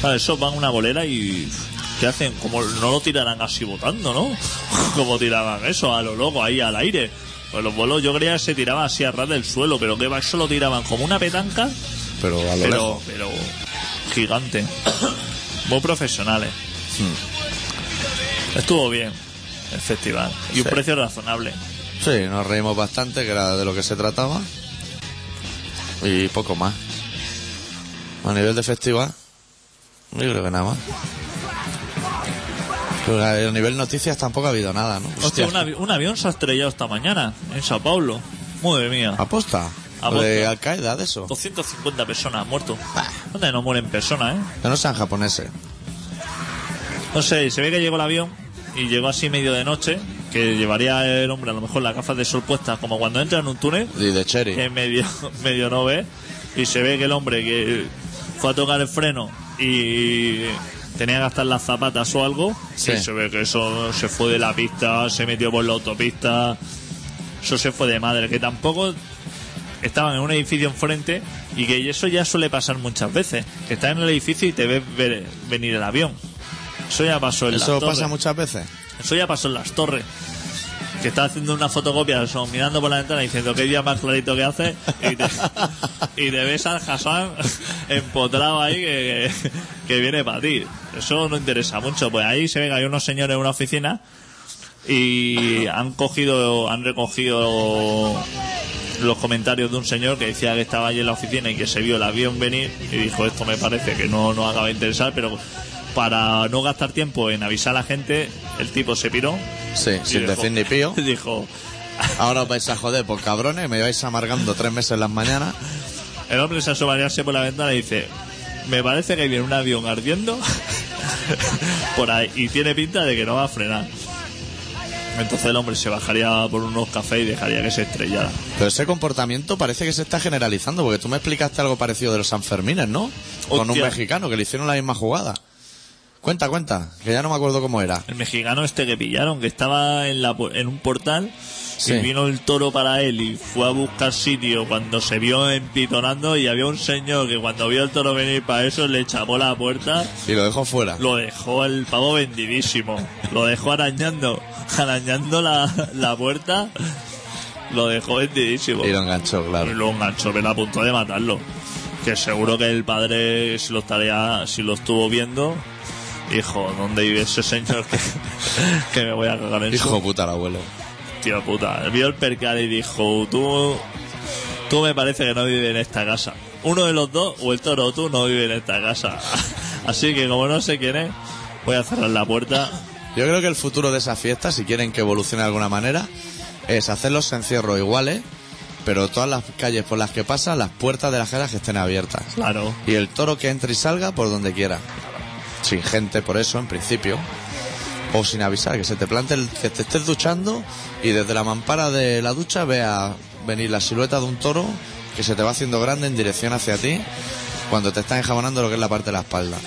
Claro, esos van a una bolera y. ¿Qué hacen? Como no lo tirarán así votando, ¿no? Como tiraban eso, a lo loco, ahí al aire. Pues los bolos yo creía que se tiraban así a ras del suelo, pero que va, eso lo tiraban como una petanca, Pero a lo pero, lejos. pero gigante. Muy profesionales. Estuvo bien el festival. Y un Hmm. Sí. precio razonable. Sí, nos reímos bastante, que era de lo que se trataba. Y poco más. A nivel de festival, yo creo que nada más. Pero a a nivel noticias tampoco ha habido nada, ¿no? Hostia, un, avi- un avión se ha estrellado esta mañana en Sao Paulo. Madre mía. Ah. Aposta. Aposta. De Al Qaeda, de eso. 250 personas han muerto. Bah. ¿Dónde no mueren personas, eh? Que no sean japoneses. No sé, se ve que llegó el avión y llegó así medio de noche, que llevaría el hombre a lo mejor las gafas de sol puestas, como cuando entra en un túnel, Y de Cherry. que medio, medio no ve, y se ve que el hombre que fue a tocar el freno y tenía que gastar las zapatas o algo, Sí. y se ve que eso se fue de la pista, se metió por la autopista, eso se fue de madre, que tampoco estaban en un edificio enfrente y que eso ya suele pasar muchas veces, que estás en el edificio y te ves ver- venir el avión. Eso ya pasó en las Eso torres. pasa muchas veces. Eso ya pasó en las torres. Que estaba haciendo una fotocopia, eso, mirando por la ventana diciendo qué día más clarito que hace. Y te, y te ves al Hassan empotrado ahí que, que- que viene para ti. Eso no interesa mucho. Pues ahí se ve que hay unos señores en una oficina y han cogido, han recogido los comentarios de un señor que decía que estaba allí en la oficina y que se vio el avión venir y dijo esto me parece que no nos acaba de interesar, pero para no gastar tiempo en avisar a la gente, el tipo se piró. Sí, y sin dijo- decir ni pío. Dijo, Ahora os vais a joder por cabrones, me vais amargando tres meses en las mañanas. el hombre se asoma así por la ventana y dice, me parece que viene un avión ardiendo por ahí y tiene pinta de que no va a frenar. Entonces el hombre se bajaría por unos cafés y dejaría que se estrellara. Pero ese comportamiento parece que se está generalizando, porque tú me explicaste algo parecido de los Sanfermines, ¿no? Con un Hostia. mexicano que le hicieron la misma jugada. Cuenta, cuenta, que ya no me acuerdo cómo era. El mexicano este que pillaron, que estaba en, la, pu- en un portal, Sí. y vino el toro para él y fue a buscar sitio cuando se vio empitonando y había un señor que cuando vio el toro venir para eso le chapó la puerta, Y lo dejó fuera. lo dejó el pavo vendidísimo, lo dejó arañando, arañando la, la puerta, lo dejó vendidísimo. Y lo enganchó, Y claro. lo enganchó, pero a punto de matarlo. Que seguro que el padre, si lo, estaría, si lo estuvo viendo, hijo, ¿dónde vive ese señor que, que me voy a cagar en Hijo su puta el abuelo. tío puta? Vio el percal y dijo, tú, tú me parece que no vives en esta casa. Uno de los dos, o el toro o tú, no vive en esta casa. Así que como no sé quién es, voy a cerrar la puerta. Yo creo que el futuro de esa fiesta, si quieren que evolucione de alguna manera, es hacer los encierros iguales, pero todas las calles por las que pasa, las puertas de las casas que estén abiertas. Claro. Y el toro que entre y salga por donde quiera. Sin gente, por eso, en principio. O sin avisar, que se te plante el, que te estés duchando y desde la mampara de la ducha vea venir la silueta de un toro que se te va haciendo grande en dirección hacia ti cuando te estás enjabonando lo que es la parte de la espalda.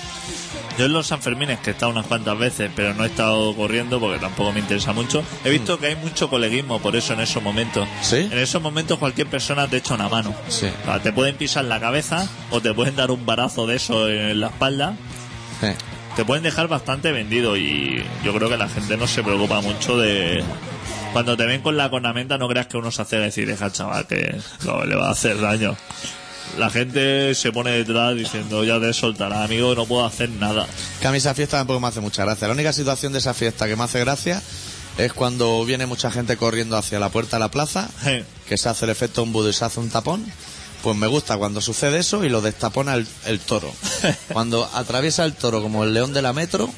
Yo en los Sanfermines, que he estado unas cuantas veces, pero no he estado corriendo porque tampoco me interesa mucho, he visto que hay mucho coleguismo por eso en esos momentos. Mm. ¿Sí? En esos momentos cualquier persona te echa una mano. Sí. O sea, te pueden pisar la cabeza o te pueden dar un barazo de eso en la espalda. Eh, Te pueden dejar bastante vendido y yo creo que la gente no se preocupa mucho de... Cuando te ven con la cornamenta no creas que uno se hace decir, deja al chaval que no, le va a hacer daño. la gente se pone detrás diciendo, ya te soltará, amigo, no puedo hacer nada. Que a mí esa fiesta tampoco me hace mucha gracia. La única situación de esa fiesta que me hace gracia es cuando viene mucha gente corriendo hacia la puerta de la plaza, Sí. que se hace el efecto embudo y se hace un tapón. Pues me gusta cuando sucede eso y lo destapona el, el toro. Cuando atraviesa el toro como el león de la metro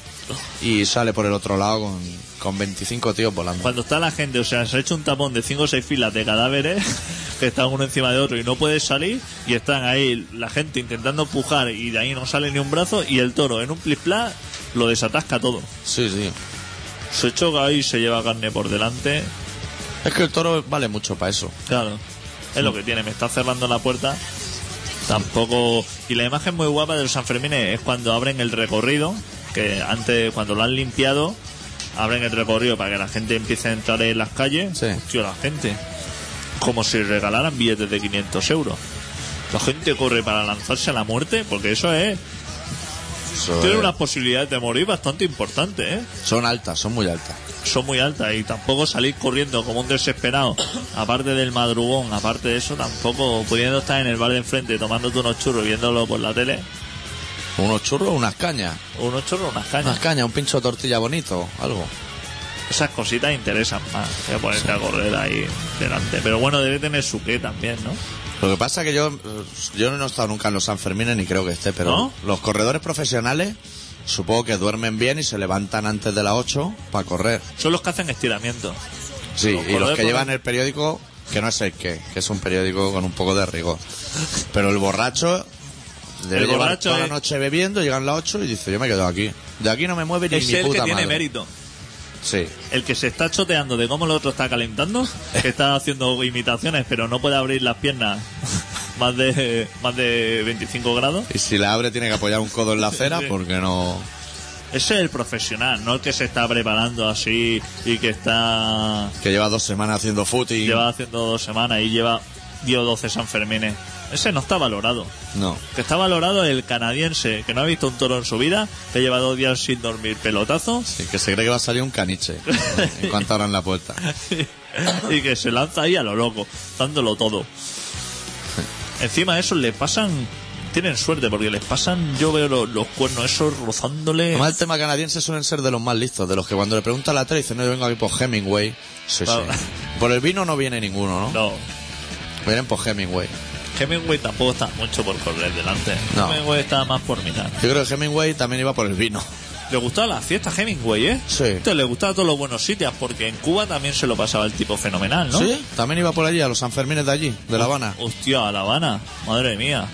y sale por el otro lado con, con 25 tíos volando. Cuando está la gente, o sea, se ha hecho un tapón de 5 o 6 filas de cadáveres que están uno encima de otro y no puedes salir y están ahí la gente intentando empujar y de ahí no sale ni un brazo y el toro en un plis-plas lo desatasca todo. Sí, sí. Se choca y se lleva carne por delante. Es que el toro vale mucho para eso. Claro, es lo que tiene, me está cerrando la puerta. Tampoco. Y la imagen muy guapa de los Sanfermines es cuando abren el recorrido, que antes, cuando lo han limpiado, abren el recorrido para que la gente empiece a entrar en las calles. Sí. Tío, la gente. Como si regalaran billetes de 500 euros. La gente corre para lanzarse a la muerte, porque eso es. Eso Tiene es- unas posibilidades de morir bastante importantes, ¿eh? Son altas, son muy altas. son muy altas y tampoco salir corriendo como un desesperado, aparte del madrugón, aparte de eso, tampoco pudiendo estar en el bar de enfrente tomándote unos churros, viéndolo por la tele, Unos churros, unas cañas. unos churros, unas Unas cañas. cañas, un pincho de tortilla bonito, algo. Esas cositas interesan más que ponerte a correr ahí delante. Pero bueno, debe tener su qué también, ¿no? Lo que pasa que yo, eh, yo no he estado nunca en los Sanfermines ni creo que esté, pero ¿No? los corredores profesionales supongo que duermen bien y se levantan antes de las 8 para correr. Son los que hacen estiramiento. Sí, y Los los corredores que llevan profe- el periódico, que no sé qué, que es un periódico con un poco de rigor. Pero el borracho debe El llevar borracho toda es- la noche bebiendo, llegan las 8 y dice, yo me quedo aquí. De aquí no me mueve ni Es mi el que puta tiene madre. mérito. Sí, El que se está choteando de cómo el otro está calentando, que está haciendo imitaciones, pero no puede abrir las piernas más de, más de 25 grados. y si la abre tiene que apoyar un codo en la acera Sí. porque no... Ese es el profesional, no el que se está preparando así y que está. Que lleva dos semanas haciendo footing. lleva haciendo dos semanas y lleva 10 o 12 Sanfermines. Ese no está valorado. No. El Que está valorado es el canadiense, que no ha visto un toro en su vida, que lleva dos días sin dormir pelotazo Sí, que se cree que va a salir un caniche en cuanto abran la puerta. y que se lanza ahí a lo loco, dándolo todo. Encima eso le pasan. Tienen suerte porque les pasan, yo veo los, los cuernos esos rozándole. Además, el tema canadiense suelen ser de los más listos, de los que cuando le pregunta la tele dicen, no, yo vengo aquí por Hemingway. Sí, Claro. sí. Por el vino no viene ninguno, ¿no? No, Vienen por Hemingway. Hemingway tampoco está mucho por correr delante. No. Hemingway está más por mitad. Yo creo que Hemingway también iba por el vino. Le gustaba la fiesta Hemingway, ¿eh? Sí. Este le gustaba todos los buenos sitios, porque en Cuba también se lo pasaba el tipo fenomenal, ¿no? ¿Sí? También iba por allí, a los Sanfermines de allí, de La Habana. Hostia, a La Habana, madre mía.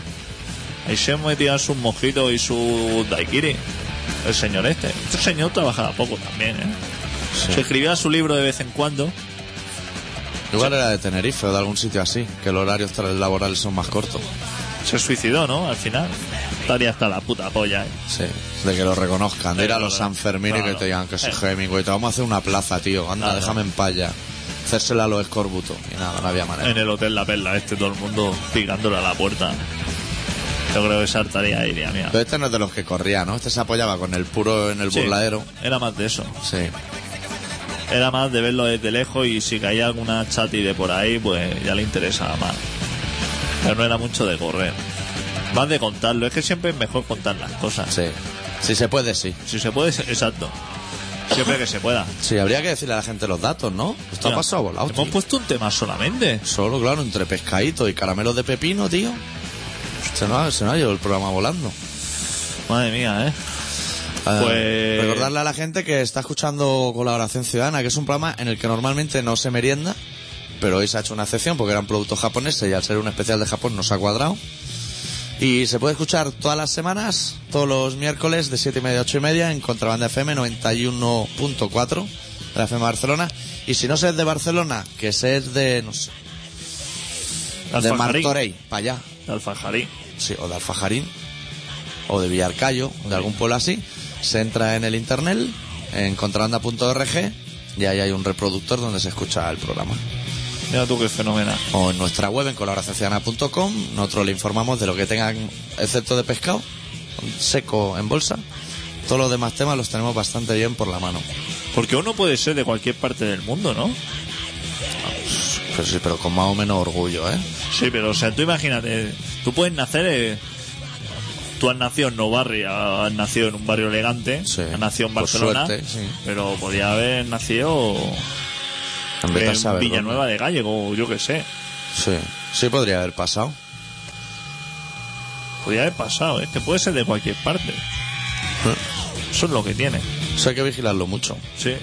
Ahí se metía sus mojitos y su daiquiri. El señor este. Este señor trabajaba poco también, ¿eh? Sí. Se escribía su libro de vez en cuando. Igual era de Tenerife o de algún sitio así, que los horarios tra- laborales son más cortos. Se suicidó, ¿no? Al final. Estaría hasta la puta polla, ¿eh? Sí, de que lo reconozcan, de ir a los Claro, Sanfermines y claro. que te digan que soy Eh. Hemingway, te vamos a hacer una plaza, tío, anda, Claro. déjame en paya. Hacérsela a los escorbutos. Y nada, no había manera. En el Hotel La Perla este, todo el mundo picándole a la puerta. Yo creo que saltaría ahí, diría, mira. Pero este no es de los que corría, ¿no? Este se apoyaba con el puro en el Sí, burladero. Era más de eso. Sí. Era más de verlo desde lejos y si caía alguna chati de por ahí, pues ya le interesaba más. Pero no era mucho de correr. Más de contarlo. Es que siempre es mejor contar las cosas. Sí. Si se puede, sí. Si se puede, se- exacto. Siempre que se pueda. Sí, habría que decirle a la gente los datos, ¿no? Esto Mira, ha pasado volado, Hemos tío. puesto un tema solamente. Solo, claro, entre pescadito y caramelos de pepino, tío. Se nos ha, se nos ha llevado el programa volando. Madre mía, ¿eh? Ah, Pues- Recordarle a la gente que está escuchando Colaboración Ciudadana, que es un programa en el que normalmente no se merienda, pero hoy se ha hecho una excepción porque eran productos japoneses y al ser un especial de Japón nos ha cuadrado. Y se puede escuchar todas las semanas, todos los miércoles de 7 y media a 8 y media en Contrabanda FM 91.4 de la FM Barcelona. Y si no se es de Barcelona, que se es de, no sé, de Alfajarín. Martorey, para allá, De Alfajarín. sí, o de Alfajarín, o de Villarcayo, o de algún pueblo así, se entra en el internet, en contrabanda.org, y ahí hay un reproductor donde se escucha el programa. Mira tú qué fenomenal. O en nuestra web, en colaboracionciudadana.com, nosotros le informamos de lo que tengan, excepto de pescado, seco en bolsa. Todos los demás temas los tenemos bastante bien por la mano. Porque uno puede ser de cualquier parte del mundo, ¿no? Pero sí, pero con más o menos orgullo, ¿eh? Sí, pero o sea, tú imagínate, tú puedes nacer, eh, tú has nacido en No Barrio, has nacido en un barrio elegante, Sí, has nacido en por Barcelona, suerte, sí. pero podía haber nacido En vez de en saber dónde. Villanueva de Gallego, o yo qué sé, Sí, sí podría haber pasado. podía haber pasado, es que puede ser de cualquier parte, ¿Eh? eso es lo que tiene, Eso hay que vigilarlo mucho. sí.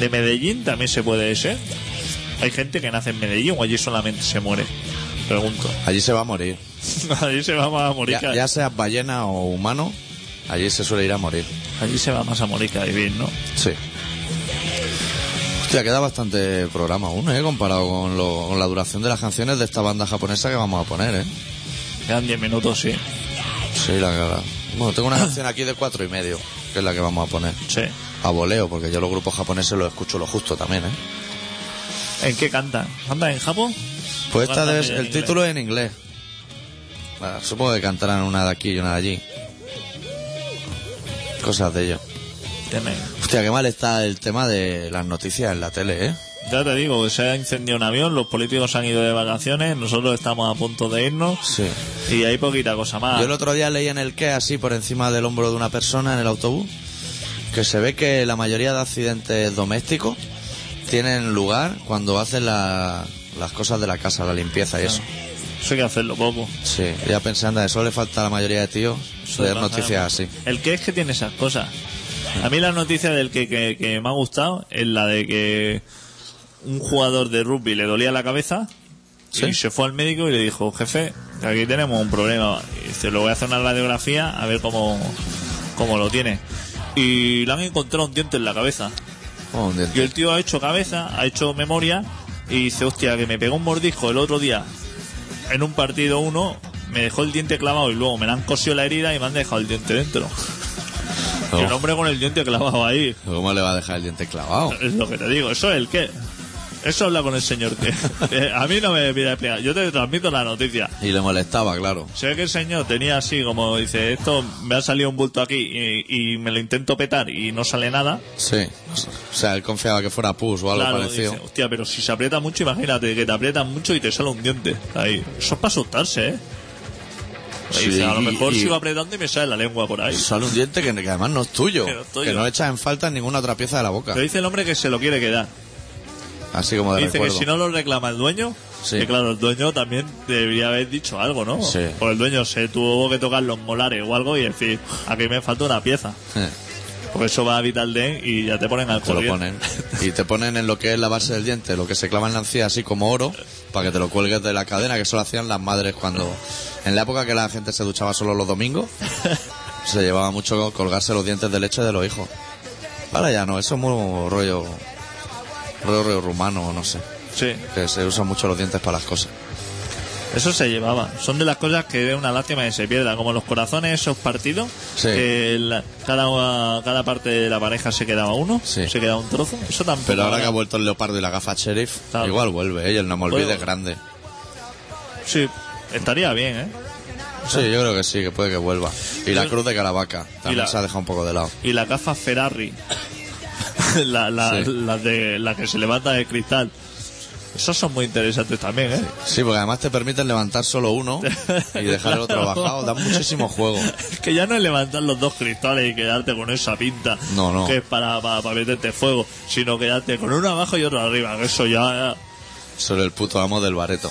De Medellín también se puede ser, hay gente que nace en Medellín o allí solamente se muere, pregunto, Allí se va a morir. allí se va más a morir, Ya, que- ya seas ballena o humano, allí se suele ir a morir. allí se va más a morir que a vivir, ¿no? Sí. Hostia, queda bastante programa aún, ¿eh? Comparado con, lo- con la duración de las canciones de esta banda japonesa que vamos a poner, ¿eh? Quedan 10 minutos, sí. Sí, la cara. Bueno, tengo una canción aquí de cuatro y medio, que es la que vamos a poner. Sí. A voleo, porque yo los grupos japoneses los escucho lo justo también, ¿eh? ¿En qué canta? ¿Canta en Japón? Pues esta Cantan es, en el inglés. título es en inglés. Bueno, supongo que cantarán una de aquí y una de allí. Cosas de ellos. Tiene- Hostia, qué mal está el tema de las noticias en la tele, ¿eh? Ya te digo, que se ha incendiado un avión, los políticos han ido de vacaciones, nosotros estamos a punto de irnos Sí. y hay poquita cosa más. Yo el otro día leí en el que así por encima del hombro de una persona en el autobús que se ve que la mayoría de accidentes domésticos tienen lugar cuando hacen la- las cosas de la casa, la limpieza y eso. Eso hay que hacerlo poco. Sí, ya pensando, a eso le falta a la mayoría de tíos leer noticias así. El que es que tiene esas cosas. A mí la noticia del que, que, que me ha gustado es la de que un jugador de rugby le dolía la cabeza Sí. y se fue al médico y le dijo, jefe, aquí tenemos un problema. Y dice, lo voy a hacer una radiografía a ver cómo, cómo lo tiene. Y le han encontrado un diente en la cabeza. Oh, un Y diente. el tío ha hecho cabeza, ha hecho memoria y dice, hostia, que me pegó un mordisco el otro día en un partido uno, me dejó el diente clavado y luego me la han cosido la herida y me han dejado el diente dentro. Y el Oh, hombre con el diente clavado ahí. ¿Cómo le va a dejar el diente clavado? Es lo que te digo, eso es el qué. Eso habla con el señor que. que a mí no me pide explicar, yo te transmito la noticia. Y le molestaba, claro. Se ve que el señor tenía así, como dice, esto me ha salido un bulto aquí y, y me lo intento petar y no sale nada. Sí. O sea, él confiaba que fuera pus o algo Claro, parecido. dice, hostia, pero si se aprieta mucho, imagínate que te aprietan mucho y te sale un diente. Ahí. Eso es para asustarse, ¿eh? Sí, dice, "Pues a lo y- mejor y- sigo apretando y me sale la lengua por ahí. Sale un diente que, que además no es tuyo. Que no es tuyo. Que no echas en falta en ninguna otra pieza de la boca. Pero dice el hombre que se lo quiere quedar. Así como de Dice recuerdo. que si no lo reclama el dueño, Sí. que claro, el dueño también debería haber dicho algo, ¿no? Sí. Por el dueño se tuvo que tocar los molares o algo y decir, aquí me falta una pieza. Eh, Porque eso va a Vital Den y ya te ponen al Te lo corriente. ponen. Y te ponen en lo que es la base del diente, lo que se clava en la encía, así como oro, para que te lo cuelgues de la cadena, que eso lo hacían las madres cuando. En la época que la gente se duchaba solo los domingos, se llevaba mucho colgarse los dientes de leche de los hijos. Ahora ya no, eso es muy rollo. rollo, rollo rumano, no sé. Sí, Que se usan mucho los dientes para las cosas. eso se llevaba. Son de las cosas que es una lástima que se pierda, como los corazones esos partidos, Sí. que la- cada, cada parte de la pareja se quedaba uno, Sí. se quedaba un trozo. Eso tampoco. Pero ahora era- que ha vuelto el leopardo y la gafa sheriff, Claro. igual vuelve, ¿eh? y el no me Vuelve. olvides grande. Sí, estaría bien, ¿eh? Sí, yo creo que sí, que puede que vuelva. Y la Yo- cruz de Caravaca, también la- se ha dejado un poco de lado. y la gafa Ferrari. la, Sí. la- la de, la que se levanta de cristal. Esos son muy interesantes también, ¿eh? Sí, porque además te permiten levantar solo uno y dejar el otro Claro. bajado. Da muchísimo juego. Que ya no es levantar los dos cristales y quedarte con esa pinta. No, no. Que es para, para, para meterte fuego. Sino quedarte con uno abajo y otro arriba. Que eso ya. Sobre el puto amo del bareto.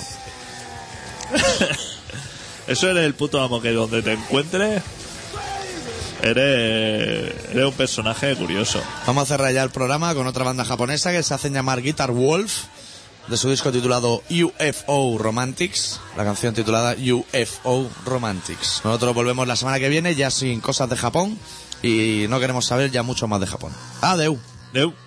Eso eres el puto amo que donde te encuentres. Eres, eres un personaje curioso. Vamos a cerrar ya el programa con otra banda japonesa que se hacen llamar Guitar Wolf, de su disco titulado UFO Romantics, la canción titulada UFO Romantics. Nosotros volvemos la semana que viene ya sin cosas de Japón y no queremos saber ya mucho más de Japón. Adeu. Deu.